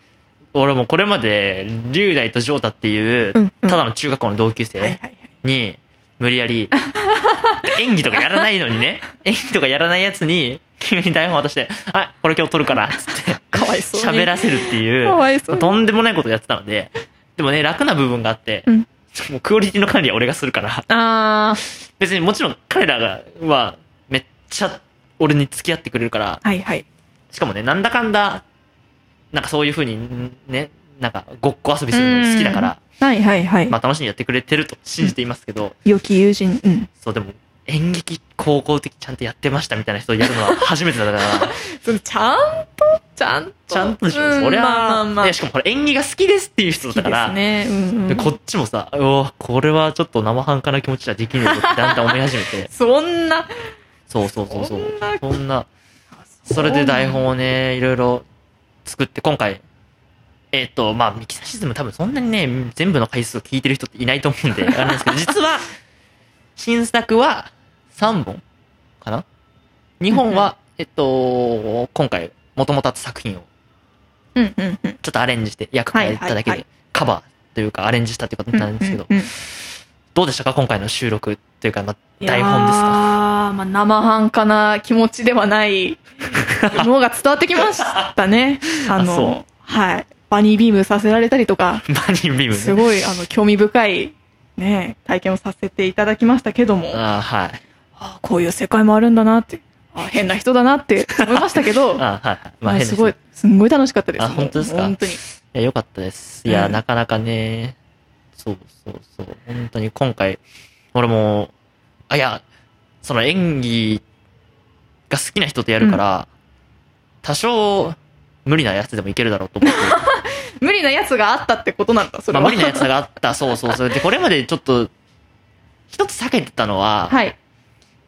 S3: 俺もこれまで、龍大と城太っていう
S2: うん、う
S3: た
S2: ん
S3: だの中学校の同級
S2: はい
S3: 生
S2: はいはい。
S3: に、無理やり、演技とかやらないの にね、演技とかやらないやつに、急に台本渡して、はい、これ今日撮るから、つって、
S2: かわいそうに。
S3: 喋らせるっていう、
S2: かわいそうに
S3: とんでもないことやってたので、でもね、楽な部分があって、
S2: うん
S3: もうクオリティの管理は俺がするから、
S2: あ
S3: 別にもちろん彼らが、は、めっちゃ俺に付き合ってくれるから、
S2: ー。はいはい。
S3: しかもね、なんだかんだ、なんかそういう風にんね、なんかごっこ遊びするの好きだから、
S2: はいはいはい。
S3: まあ楽しんでやってくれてると信じていますけど、
S2: 良き友人。うん。
S3: そうでも、演劇高校的ちゃんとやってましたみたいな人をやるのは初めてだから、
S2: そのちゃんと、ちゃんと。
S3: ちゃんとしよう。
S2: うん
S3: そりゃ、
S2: まあまあまあ
S3: ね。しかもこれ演技が好きですっていう人だから、
S2: 好きですね。うんう
S3: で
S2: ん、
S3: こっちもさ、うわ、これはちょっと生半可な気持ちじゃできねえぞってだんだん思い始め て
S2: そんな、
S3: そうそうそうそう、
S2: そ
S3: そんな、それで台本をね、いろいろ作って、今回、えっ、と、まあ、ミキサーシステム多分そんなにね、全部の回数を聞いてる人っていないと思うんで、あれなんです けど、実は、新作は3本かな ?2 本は、えっと、今回、もともとあった作品を
S2: うんうんうん。
S3: ちょっとアレンジして、役変えただけ
S2: はいはいは
S3: で、カバーというかアレンジしたということなんですけど
S2: う、んうんうん
S3: どうでしたか今回の収録というか、まあ、台本です
S2: いやー
S3: か
S2: まあ、生半可な気持ちではないものが伝わってきましたね。あ
S3: あ
S2: の
S3: そ、
S2: はい。バニービームさせられたりとか、
S3: バニービームね。
S2: すごい、あの、興味深い、ね、体験をさせていただきましたけども、あ
S3: ああ、はい。
S2: あこういう世界もあるんだなって、ああ変な人だなって思いましたけど、
S3: ああ、はい。
S2: まあ、
S3: 変です
S2: ごい、すんごい楽しかったです。
S3: あ本当ですか
S2: もう本当に。
S3: いや、良かったです。いや、
S2: うん
S3: なかなかね、そうそうそう。本当に今回、俺も、あ、いや、その演技が好きな人とやるから、多少、無理なやつでもいけるだろうと思って。
S2: 無理なやつがあったってことなん だ、それ
S3: まあ、
S2: は。
S3: 無理なやつがあった、そうそうそう。で、これまでちょっと、一つ避けてたのは、
S2: はい。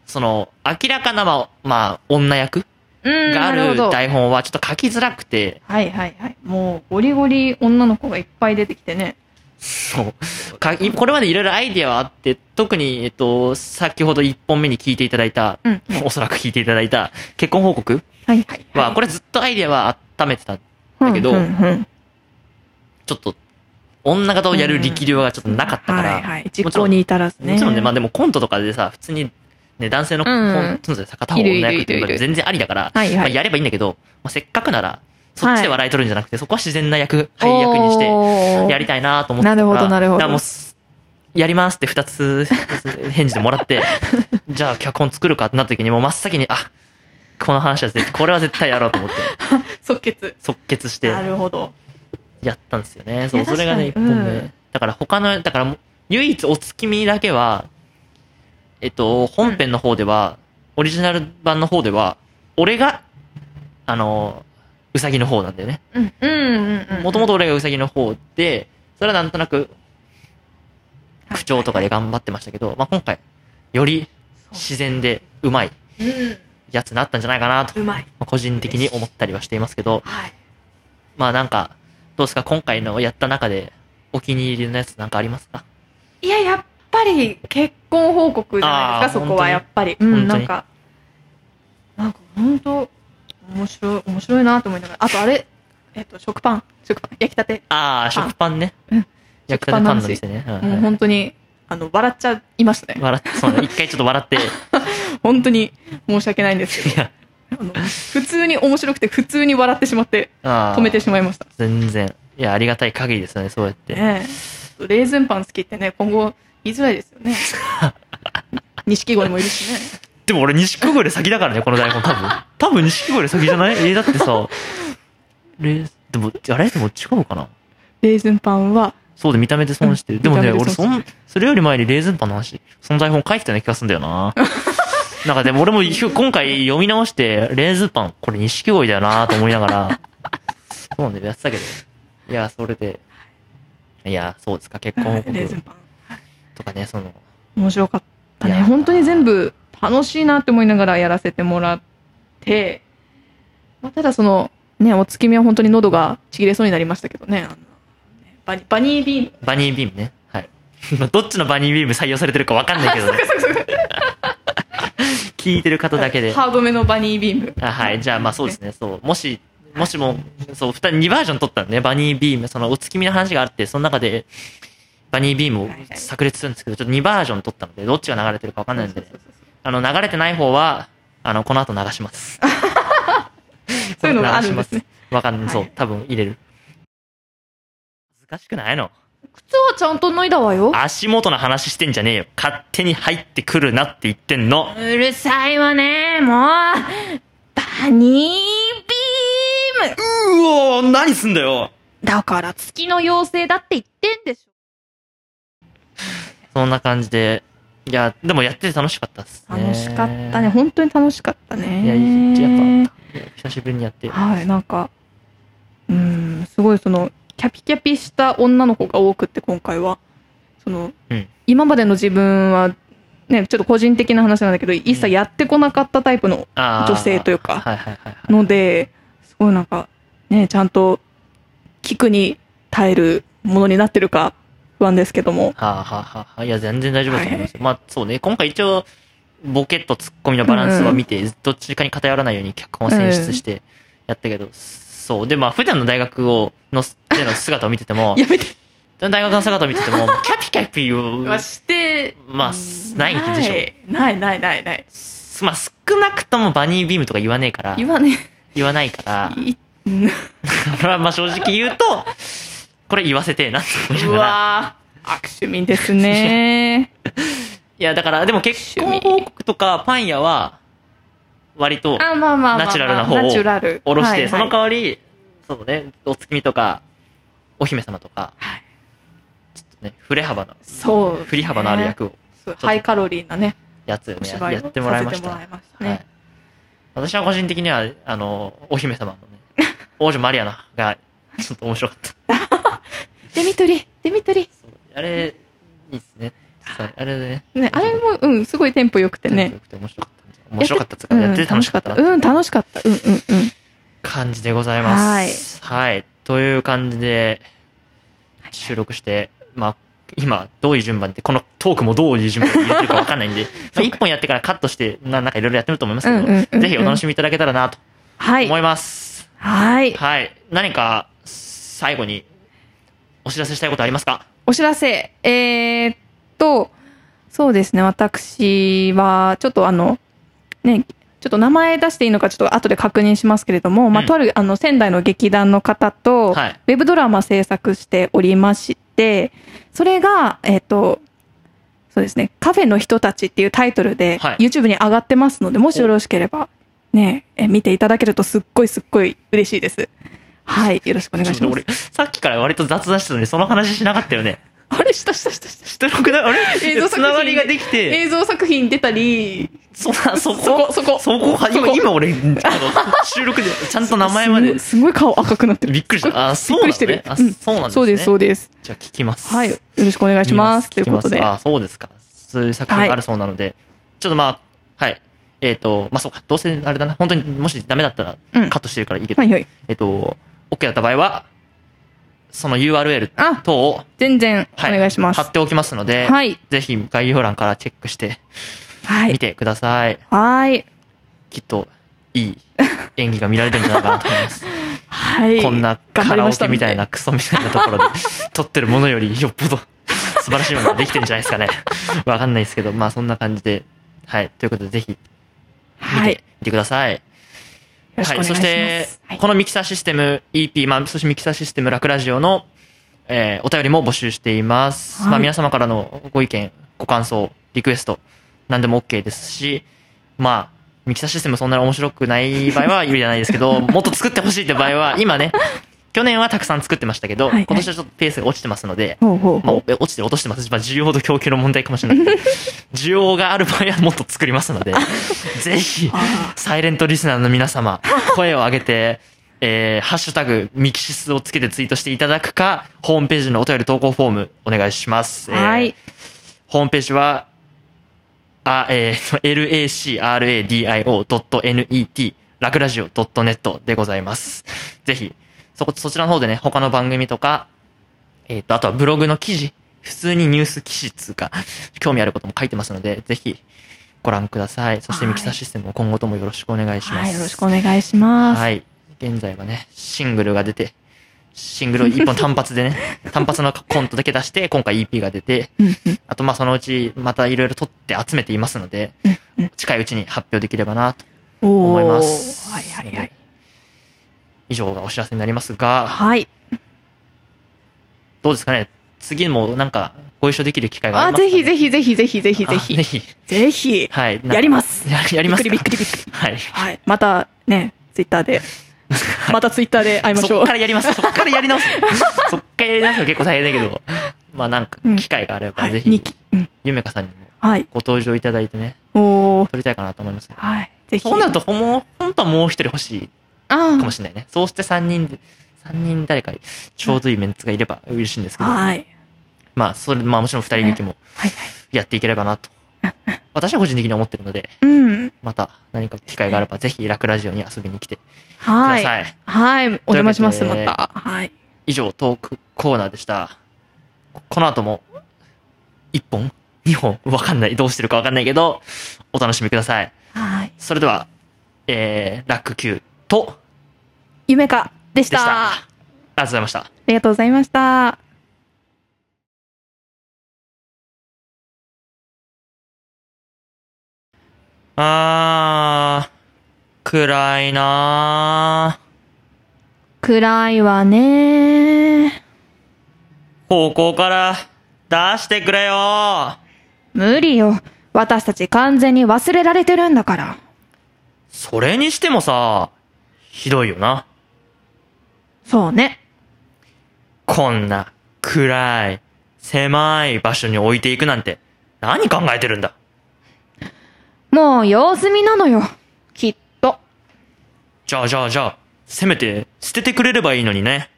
S3: その、明らかな、まあ、まあ、女役
S2: うん、
S3: があ
S2: なるほ
S3: る
S2: ど。
S3: 台本はちょっと書きづらくて、
S2: はいはいはい。もう、ゴリゴリ女の子がいっぱい出てきてね。
S3: そう。かこれまでいろいろアイデアはあって、特に、えっと、先ほど1本目に聞いていただいた、
S2: うん
S3: おそらく聞いていただいた、結婚報告
S2: はいはい、
S3: は、これずっとアイデアは温めてた、ち
S2: れ
S3: だけど
S2: うんうんうん
S3: ょっと、女方をやる力量がちょっとなかったから、
S2: はいはい。
S3: も
S2: 実
S3: ちろ
S2: 行
S3: ん
S2: に至らずね。
S3: もちろんね、まあでもコントとかでさ、普通に、ね、男性のコ
S2: うん
S3: ントでさ、片方女役って
S2: いるいるいる
S3: いうの
S2: い
S3: が
S2: る
S3: 全然ありだから、
S2: はいはい
S3: まあ、やればいいんだけど、まあ、せっかくなら、そっちで笑い取るんじゃなくて、そこは自然な役、配役にして、
S2: て
S3: やりたいなと思ってたから
S2: なるほどなるほど
S3: だからもうすやりますって二つ 返事でもら って、じゃあ脚本作るかってなった時にもう真っ先に、あ、この話は絶対、これは絶対やろうと思って、
S2: 即決。
S3: 即決して
S2: なるほど。
S3: やったんですよね。そ、
S2: いうや
S3: それがね、一
S2: 確かにう
S3: 本目
S2: ん。
S3: だから他の、だからもう唯一お月見だけは、えっと、本編の方では、オリジナル版の方では、俺が、あの、うさぎの方なんだよね。
S2: うんうんうん。
S3: もともと俺がウサギの方で、それはなんとなく、
S2: はい
S3: 口調とかで頑張ってましたけど、まあ今回、より自然でうまい
S2: うん。
S3: やつになったんじゃないかなと、
S2: うまい。
S3: まあ個人的に思ったりはしていますけど、
S2: はい。
S3: まあなんか、どうですか今回のやった中で、お気に入りのやつなんかありますか
S2: いや、やっぱり結婚報告じゃないですか、
S3: あー
S2: そこはやっぱり。う
S3: 本当
S2: ん、
S3: に
S2: なんか、なんか本当、面白い、面白いなと思いながら。あとあれ、えっと、食パン、食パン、焼きたて。
S3: ああ、
S2: パン
S3: 食パンね。
S2: うん
S3: 焼きたてパンの店ね。うん
S2: もう
S3: はい
S2: 本当に、あの、笑っちゃいましたね。
S3: 笑って、そうね一回ちょっと笑って、い
S2: 本当に申し訳ないんですけど。
S3: や、
S2: あの普通に面白くて、普通に笑ってしまって、
S3: あ ー
S2: 止めてしまいました。
S3: 全然。いや、ありがたい限りですよね、そうやって。
S2: ねえレーズンパン好きってね、今後言いづらいですよね。錦鯉もいるしね。
S3: でも俺錦鯉より先だからねこの大根 多分多分錦鯉より先じゃないえだってさレでもあれでも違うかな
S2: レーズンパンは、
S3: そうで見た目で損してる、
S2: うん
S3: でもね
S2: 見た目で
S3: 俺
S2: 損して
S3: そんそれより前にレーズンパンの話その台本書いてたような気がするんだ よななんかでも俺もひょ今回読み直してレーズンパンこれ錦鯉だよなと思いながらそうなんだよやってたけどいやそれでいやそうですか結
S2: レ
S3: 婚報
S2: ーズン
S3: 告
S2: パン。
S3: とかねその
S2: 面白かった
S3: い
S2: ね
S3: やー
S2: 本当に全部楽しいなって思いながらやらせてもらって、まあ、ただそのねお月見は本当に喉がちぎれそうになりましたけどねあのねバニバニービーム
S3: バニービームねはい どっちのバニービーム採用されてるかわかんないけどね聞いてる方だけで
S2: ハードめのバニービーム
S3: あはい、じゃあまあそうですね、そう、もし、もしも、そう、二人、2バージョン撮ったんでね、バニービーム、そのお月見の話があって、その中で、バニービーム
S2: は
S3: を
S2: いはい
S3: 炸裂するんですけど、ちょっと2バージョン撮ったので、どっちが流れてるかわかんないんで、ね
S2: そう、そうそう
S3: あの、流れてない方は、あの、この後流します。
S2: そういうのがあるんですね
S3: 流します。わかんない、そ
S2: は
S3: う
S2: い、
S3: 多分入れる。恥ずかしくないの
S6: 靴はちゃんと脱いだわよ
S3: 足元の話してんじゃねえよ。勝手に入ってくるなって言ってんの。
S6: うるさいわねもうバニービーム
S3: うおー、何すんだよ
S6: だから月の妖精だって言ってんでしょ
S3: そんな感じで。いや、でもやってて楽しかったっすね。
S2: 楽しかったね。本当に楽しかったね
S3: いや、やっぱ、久しぶりにやって。
S2: はいなんかうんすごいそのキャピキャピした女の子が多くって今回はその、
S3: うん
S2: 今までの自分はねちょっと個人的な話なんだけど一切やってこなかったタイプの
S3: 女
S2: 女性というか
S3: はいはいはいはい。
S2: のですごいなんかねちゃんと菊に耐えるものになってるか不安ですけども
S3: はあ、はあはあ、いや、全然大丈夫だと思います。まあ、そうね。今回一応、ボケとツッコミのバランスは見て、どっちかに偏らないように脚本を選出してやったけど、そう。で、まあ、普段の大学を、の、での姿を見てても、
S2: やめて
S3: 大学の姿を見て ても、キャピキャピを、
S2: はして
S3: まあないでしょ
S2: ょないないないない
S3: まあ、少なくともバニービームとか言わねえから、
S2: 言わね
S3: 言わないから、
S2: いうん
S3: これはまあ正直言うと、これ言わせてえなって思いな
S2: う
S3: がら。
S2: わー 悪趣味ですね
S3: いや、だから、でも結婚報告とかパン屋は、割と、
S2: あまあまあまあまあ
S3: ナチュラルな方を
S2: ナチュラル
S3: おろして、
S2: はいはい
S3: その代わり、そうね、お月見とか、お姫様とか、
S2: はい
S3: ちょっとね、振れ幅の、
S2: そう
S3: 振り幅のある役を、
S2: そうハイカロリーなね
S3: やつを
S2: お
S3: ね、や
S2: 芝居を
S3: やってもらいま
S2: させ
S3: して
S2: も
S3: た。
S2: らいました
S3: はい
S2: ね、
S3: 私は個人的には、あの、お姫様の ね、王女マリアナが、ちょっと面白かった。
S6: デミトリデミトリ
S3: そうあれ、いいですね。そうあれでね、
S2: ねあれもうんすごいテンポ良くてね
S3: 面白かったんじゃ。面白かったっつうか、やってて楽しかったなっていう
S2: うん楽しかったうんうんうん
S3: 感じでございます。はい。という感じで、収録して、まあ、今、どういう順番で、このトークもどういう順番で入れてるかわかんない んで、まあ、一本やってからカットして、ななんかいろいろやってると思いますけど、
S2: うんうんうんうん
S3: ぜひお楽しみいただけたらなと
S2: はい
S3: 思います。
S2: はい
S3: はい。何か、最後に、お知らせしたいことありますか
S2: お知らせ。えーっと、そうですね、私は、ちょっとあの、ね、ちょっと名前出していいのかちょっと後で確認しますけれども、まあ、
S3: うん
S2: とあるあの仙台の劇団の方と、
S3: はい。
S2: ウェブドラマ制作しておりまして、それが、えーっと、そうですね、カフェの人たちっていうタイトルで、
S3: はい
S2: YouTube に上がってますので、もしよろしければ、ね、え見ていただけるとすっごいすっごい嬉しいです。はい、よろしくお願いし
S3: ちょっ
S2: ま
S3: と
S2: す
S3: 俺。、さっきから割と雑談してたのに、その話しなかったよね。
S2: あれ、したしたしたした。
S3: してなくないあれ
S2: 映像作
S3: つ
S2: 品
S3: ながりができて、
S2: 映像作品出たり、
S3: そんな、そこ
S2: そこ、そこ。
S3: そこは、今、今俺、あの、収録で、ちゃんと名前ます で
S2: ごい。すごい顔赤くなってる。
S3: びっくりした。あ、そう
S2: びっく
S3: なん
S2: りして
S3: だね
S2: る。
S3: あ、
S2: うん
S3: そうなんですね。
S2: そうです、そうです。
S3: じゃあ聞きます。
S2: はい。よろしくお願いします。という
S3: 聞き
S2: こ
S3: ま
S2: とで。
S3: あ、そうですか。そういう作品があるそうなので、ちょっとまあ、はい。えっ、と、まあそうか、どうせあれだな。本当にもしダメだったら
S2: うん
S3: カットしてるからいいけど、
S2: はいはい。
S3: えっ、と、OK だった場合は、その URL
S2: あ、
S3: 等を、
S2: 全然お
S3: はい
S2: 願いします
S3: 貼。っておきますので、
S2: はい。
S3: ぜひ概要欄からチェックして
S2: は
S3: み
S2: い。
S3: てください
S2: はい。
S3: きっといい演技が見られるんじゃないかなと思います。
S2: はい。
S3: こんな
S2: 頑張
S3: カ
S2: り
S3: ラ
S2: ま
S3: オ
S2: した
S3: ケみたいなクソみたいなと ころで撮ってるものよりよっぽど素晴らしいものができてるんじゃないですかね。わかんないですけど、まあそんな感じで。はい。ということでぜひ見て,、
S2: はい。よ
S3: 見てください。
S2: ろしくお願いしま
S3: はい。そして
S2: す。、はい。
S3: このミキサーシステム EP、まあそしてミキサーシステムラクラジオの、えーお便りも募集しています。
S2: はい
S3: まあ皆様からのご意見、ご感想、リクエスト、何でも OK ですし、まあ、ミキサーシステムそんなに面白くない場合は意味じゃないですけ ど、もっと作ってほしいって場合は、今ね、去年はたくさん作ってましたけど、
S2: はいはい
S3: 今年はちょっとペースが落ちてますので、
S2: ほうほう
S3: まあ
S2: ほう。、
S3: お落ちて落としてます。まあ、需要と供給の問題かもしれない けど。需要がある場合はもっと作りますので、ぜひ、サイレントリスナーの皆様、声を上げて、えー、ハッシュタグ、ミキシスをつけてツイートしていただくか、ホームページのお便り投稿フォーム、お願いします。えー
S2: はい。
S3: ホームページは、あ、えー、lacradio.net、ラクラジオ .net でございます。ぜひ、そこ、そちらの方でね、他の番組とか、えっ、と、あとはブログの記事、普通にニュース記事っつうか、興味あることも書いてますので、ぜひ、ご覧ください。そして、
S2: は
S3: ミ
S2: い
S3: キサーシステムも今後ともよろしくお願いします。
S2: はい、よろしくお願いします。
S3: はい。現在はね、シングルが出て、シングルを一本単発でね、 単発のコントだけ出して、今回 EP が出て、あとまあそのうちまたいろいろ撮って集めていますので、近いうちに発表できればなと
S2: お
S3: 思い
S2: ー
S3: ます。
S2: はいはいはい。。
S3: 以上がお知らせになりますが、
S2: はい。
S3: どうですかね次もなんかご一緒できる機会があ
S7: あ、
S3: ります
S7: ぜ
S3: かね、
S7: ひぜひぜひぜひぜひぜ
S3: あぜ
S7: ひ。
S3: ひ。
S7: ぜひ。
S3: はい。
S7: やります。
S3: やや
S7: び
S3: り
S7: っ
S3: ま
S7: く
S3: す
S7: り
S3: か
S7: びっくりびっくり。
S3: はい。
S7: はい。またね、ツイッターで。またツイッターで会いまし
S3: そ
S7: ょ
S3: っ
S7: う
S3: か。らやります。そっから やり直す。そっからやり直すの結構大変だけど、まあなんか
S7: うん
S3: 機会があればぜ
S7: 日
S3: ひ、
S7: 記。うん。
S3: ゆめかさんにも
S7: はい。
S3: ご登場いただいてね、
S7: おー。
S3: 撮りたいかなと思いますね。
S7: はい。ぜひ。
S3: そうなると、ほんもう、本当はもう一人欲しい
S7: あ
S3: かもしれないね。そうして3人で、三人誰か、ちょうどいいメンツがいれば嬉しいんですけ
S7: ー
S3: ど、
S7: はい。
S3: まあ、それ、まあもちろん二人劇も
S7: はい。
S3: やっていければなと。私は個人的に思ってるので、
S7: うん。
S3: また何か機会があれば、ぜひ楽ラジオに遊びに来てくだ
S7: は
S3: さい。
S7: い。はい。お邪魔します、
S3: というわ
S7: ま
S3: けで
S7: た。はい。
S3: 以上、トークコーナーでした。ここの後も、1本 ?2 本わかんない。どうしてるかわかんないけど、お楽しみください。
S7: はい。
S3: それでは、えー、ラック Q と、
S7: 夢かでし
S3: でした。
S7: た。
S3: ありがとうございました。
S7: ありがとうございました。
S3: あー、暗いなー。
S7: 暗いわね
S3: ここから出してくれよー。
S2: 無理よ。私たち完全に忘れられてるんだから。
S3: それにしてもさ、ひどいよな。
S7: そうね。
S3: こんな暗い、狭い場所に置いていくなんて、何考えてるんだ。
S2: もう様子見なのよ。きっと。
S3: じゃあじゃあじゃあ、せめて捨ててくれればいいのにね。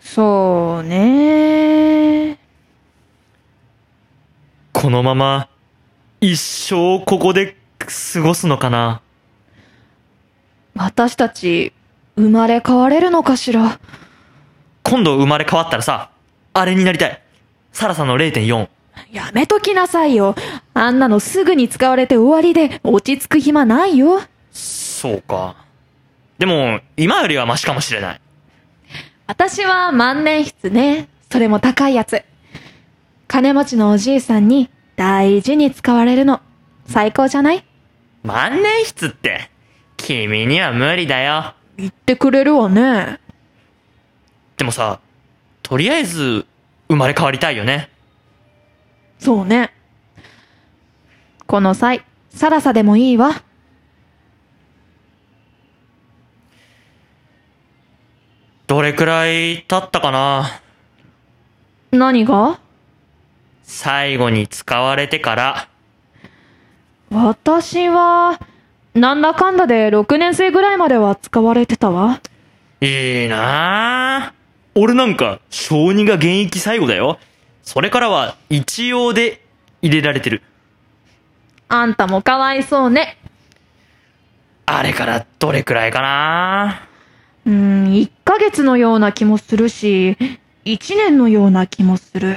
S2: そうね。
S3: このまま、一生ここで過ごすのかな。
S2: 私たち、生まれ変われるのかしら。
S3: 今度生まれ変わったらさ、あれになりたい。サラさんの0.4。
S2: やめときなさいよ。あんなのすぐに使われて終わりで落ち着く暇ないよ。
S3: そうか。でも、今よりはマシかもしれない。
S2: 私は万年筆ね。それも高いやつ。金持ちのおじいさんに大事に使われるの。最高じゃない
S3: 万年筆って、君には無理だよ。
S7: 言ってくれるわね。
S3: でもさ、とりあえず、生まれ変わりたいよね。
S7: そうね。
S2: この際、サラサでもいいわ。
S3: どれくらい経ったかな
S2: 何が
S3: 最後に使われてから、
S2: 私は、なんだかんだで6年生ぐらいまでは使われてたわ。
S3: いいなぁ。俺なんか、小児が現役最後だよ。それからは、一応で入れられてる。
S2: あんたもかわいそうね。
S3: あれからどれくらいかな
S2: うーん、1ヶ月のような気もするし、1年のような気もする。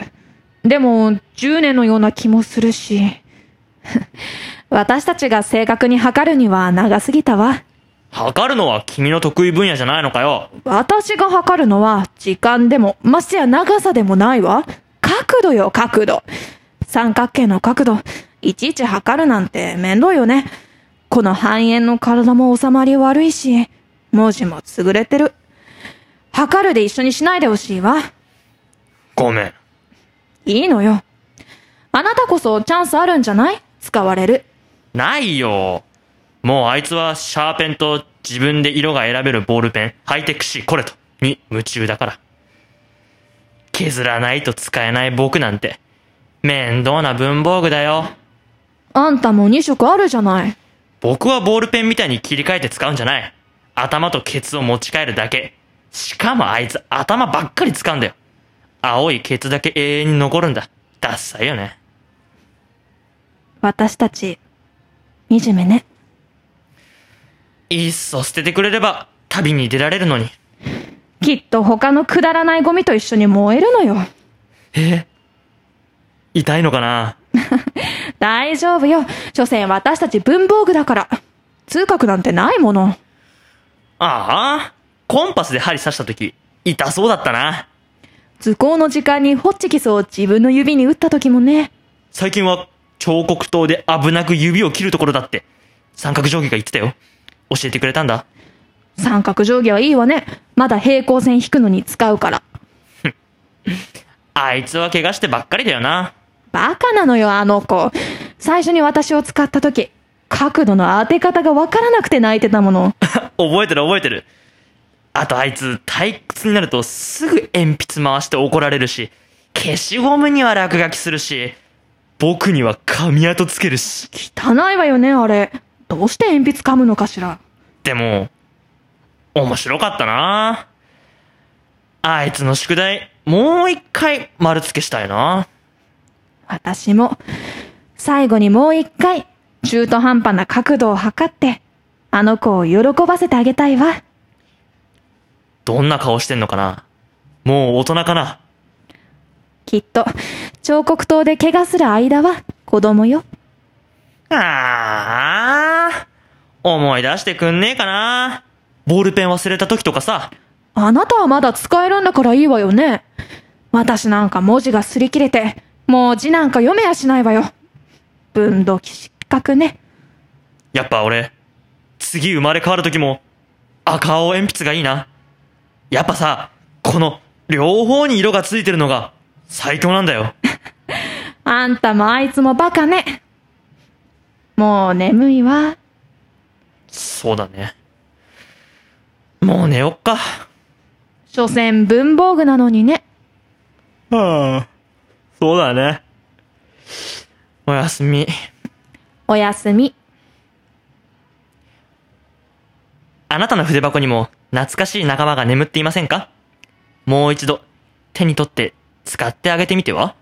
S2: でも、10年のような気もするし。 私たちが正確に測るには長すぎたわ。
S3: 測るのは君の得意分野じゃないのかよ。
S2: 私が測るのは、時間でも、ましてや長さでもないわ。角度よ、角度。三角形の角度。いちいち測るなんて面倒よね。この半円の体も収まり悪いし、文字も優れてる。測るで一緒にしないでほしいわ。
S3: ごめん。
S2: いいのよ。あなたこそチャンスあるんじゃない使われる。
S3: ないよ。もうあいつはシャーペンと自分で色が選べるボールペン、ハイテクシーこれと、に夢中だから。削らないと使えない僕なんて、面倒な文房具だよ。
S2: あんたも2色あるじゃない。
S3: 僕はボールペンみたいに切り替えて使うんじゃない。頭とケツを持ち帰るだけ。しかもあいつ頭ばっかり使うんだよ。青いケツだけ永遠に残るんだ。ダッサいよね。
S2: 私たち、惨めね。
S3: いっそ捨ててくれれば旅に出られるのに。
S2: きっと他のくだらないゴミと一緒に燃えるのよ。
S3: え痛いのかな
S2: 大丈夫よ。所詮私たち文房具だから。通覚なんてないもの。
S3: ああ、コンパスで針刺した時、痛そうだったな。
S2: 図工の時間にホッチキスを自分の指に打った時もね。
S3: 最近は彫刻刀で危なく指を切るところだって、三角定規が言ってたよ。教えてくれたんだ。
S2: 三角定規はいいわね。まだ平行線引くのに使うから。
S3: あいつは怪我してばっかりだよな。
S2: バカなのよ、あの子。最初に私を使った時、角度の当て方がわからなくて泣いてたもの。
S3: 覚えてる覚えてる。あとあいつ退屈になるとすぐ鉛筆回して怒られるし、消しゴムには落書きするし、僕には紙跡つけるし。
S2: 汚いわよね、あれ。どうして鉛筆噛むのかしら。
S3: でも、面白かったなあいつの宿題、もう一回丸付けしたいな。
S2: 私も、最後にもう一回、中途半端な角度を測って、あの子を喜ばせてあげたいわ。
S3: どんな顔してんのかなもう大人かな
S2: きっと、彫刻刀で怪我する間は、子供よ。
S3: ああ、思い出してくんねえかなボールペン忘れた時とかさ、
S2: あなたはまだ使えるんだからいいわよね。私なんか文字が擦り切れて、もう字なんか読めやしないわよ。分度器失格ね。
S3: やっぱ俺、次生まれ変わる時も、赤青鉛筆がいいな。やっぱさ、この、両方に色がついてるのが、最強なんだよ。
S2: あんたもあいつもバカね。もう眠いわ。
S3: そうだね。もう寝よっか。
S2: 所詮文房具なのにね。
S3: ああ、そうだね。おやすみ。
S2: おやすみ。
S3: あなたの筆箱にも懐かしい仲間が眠っていませんかもう一度手に取って使ってあげてみては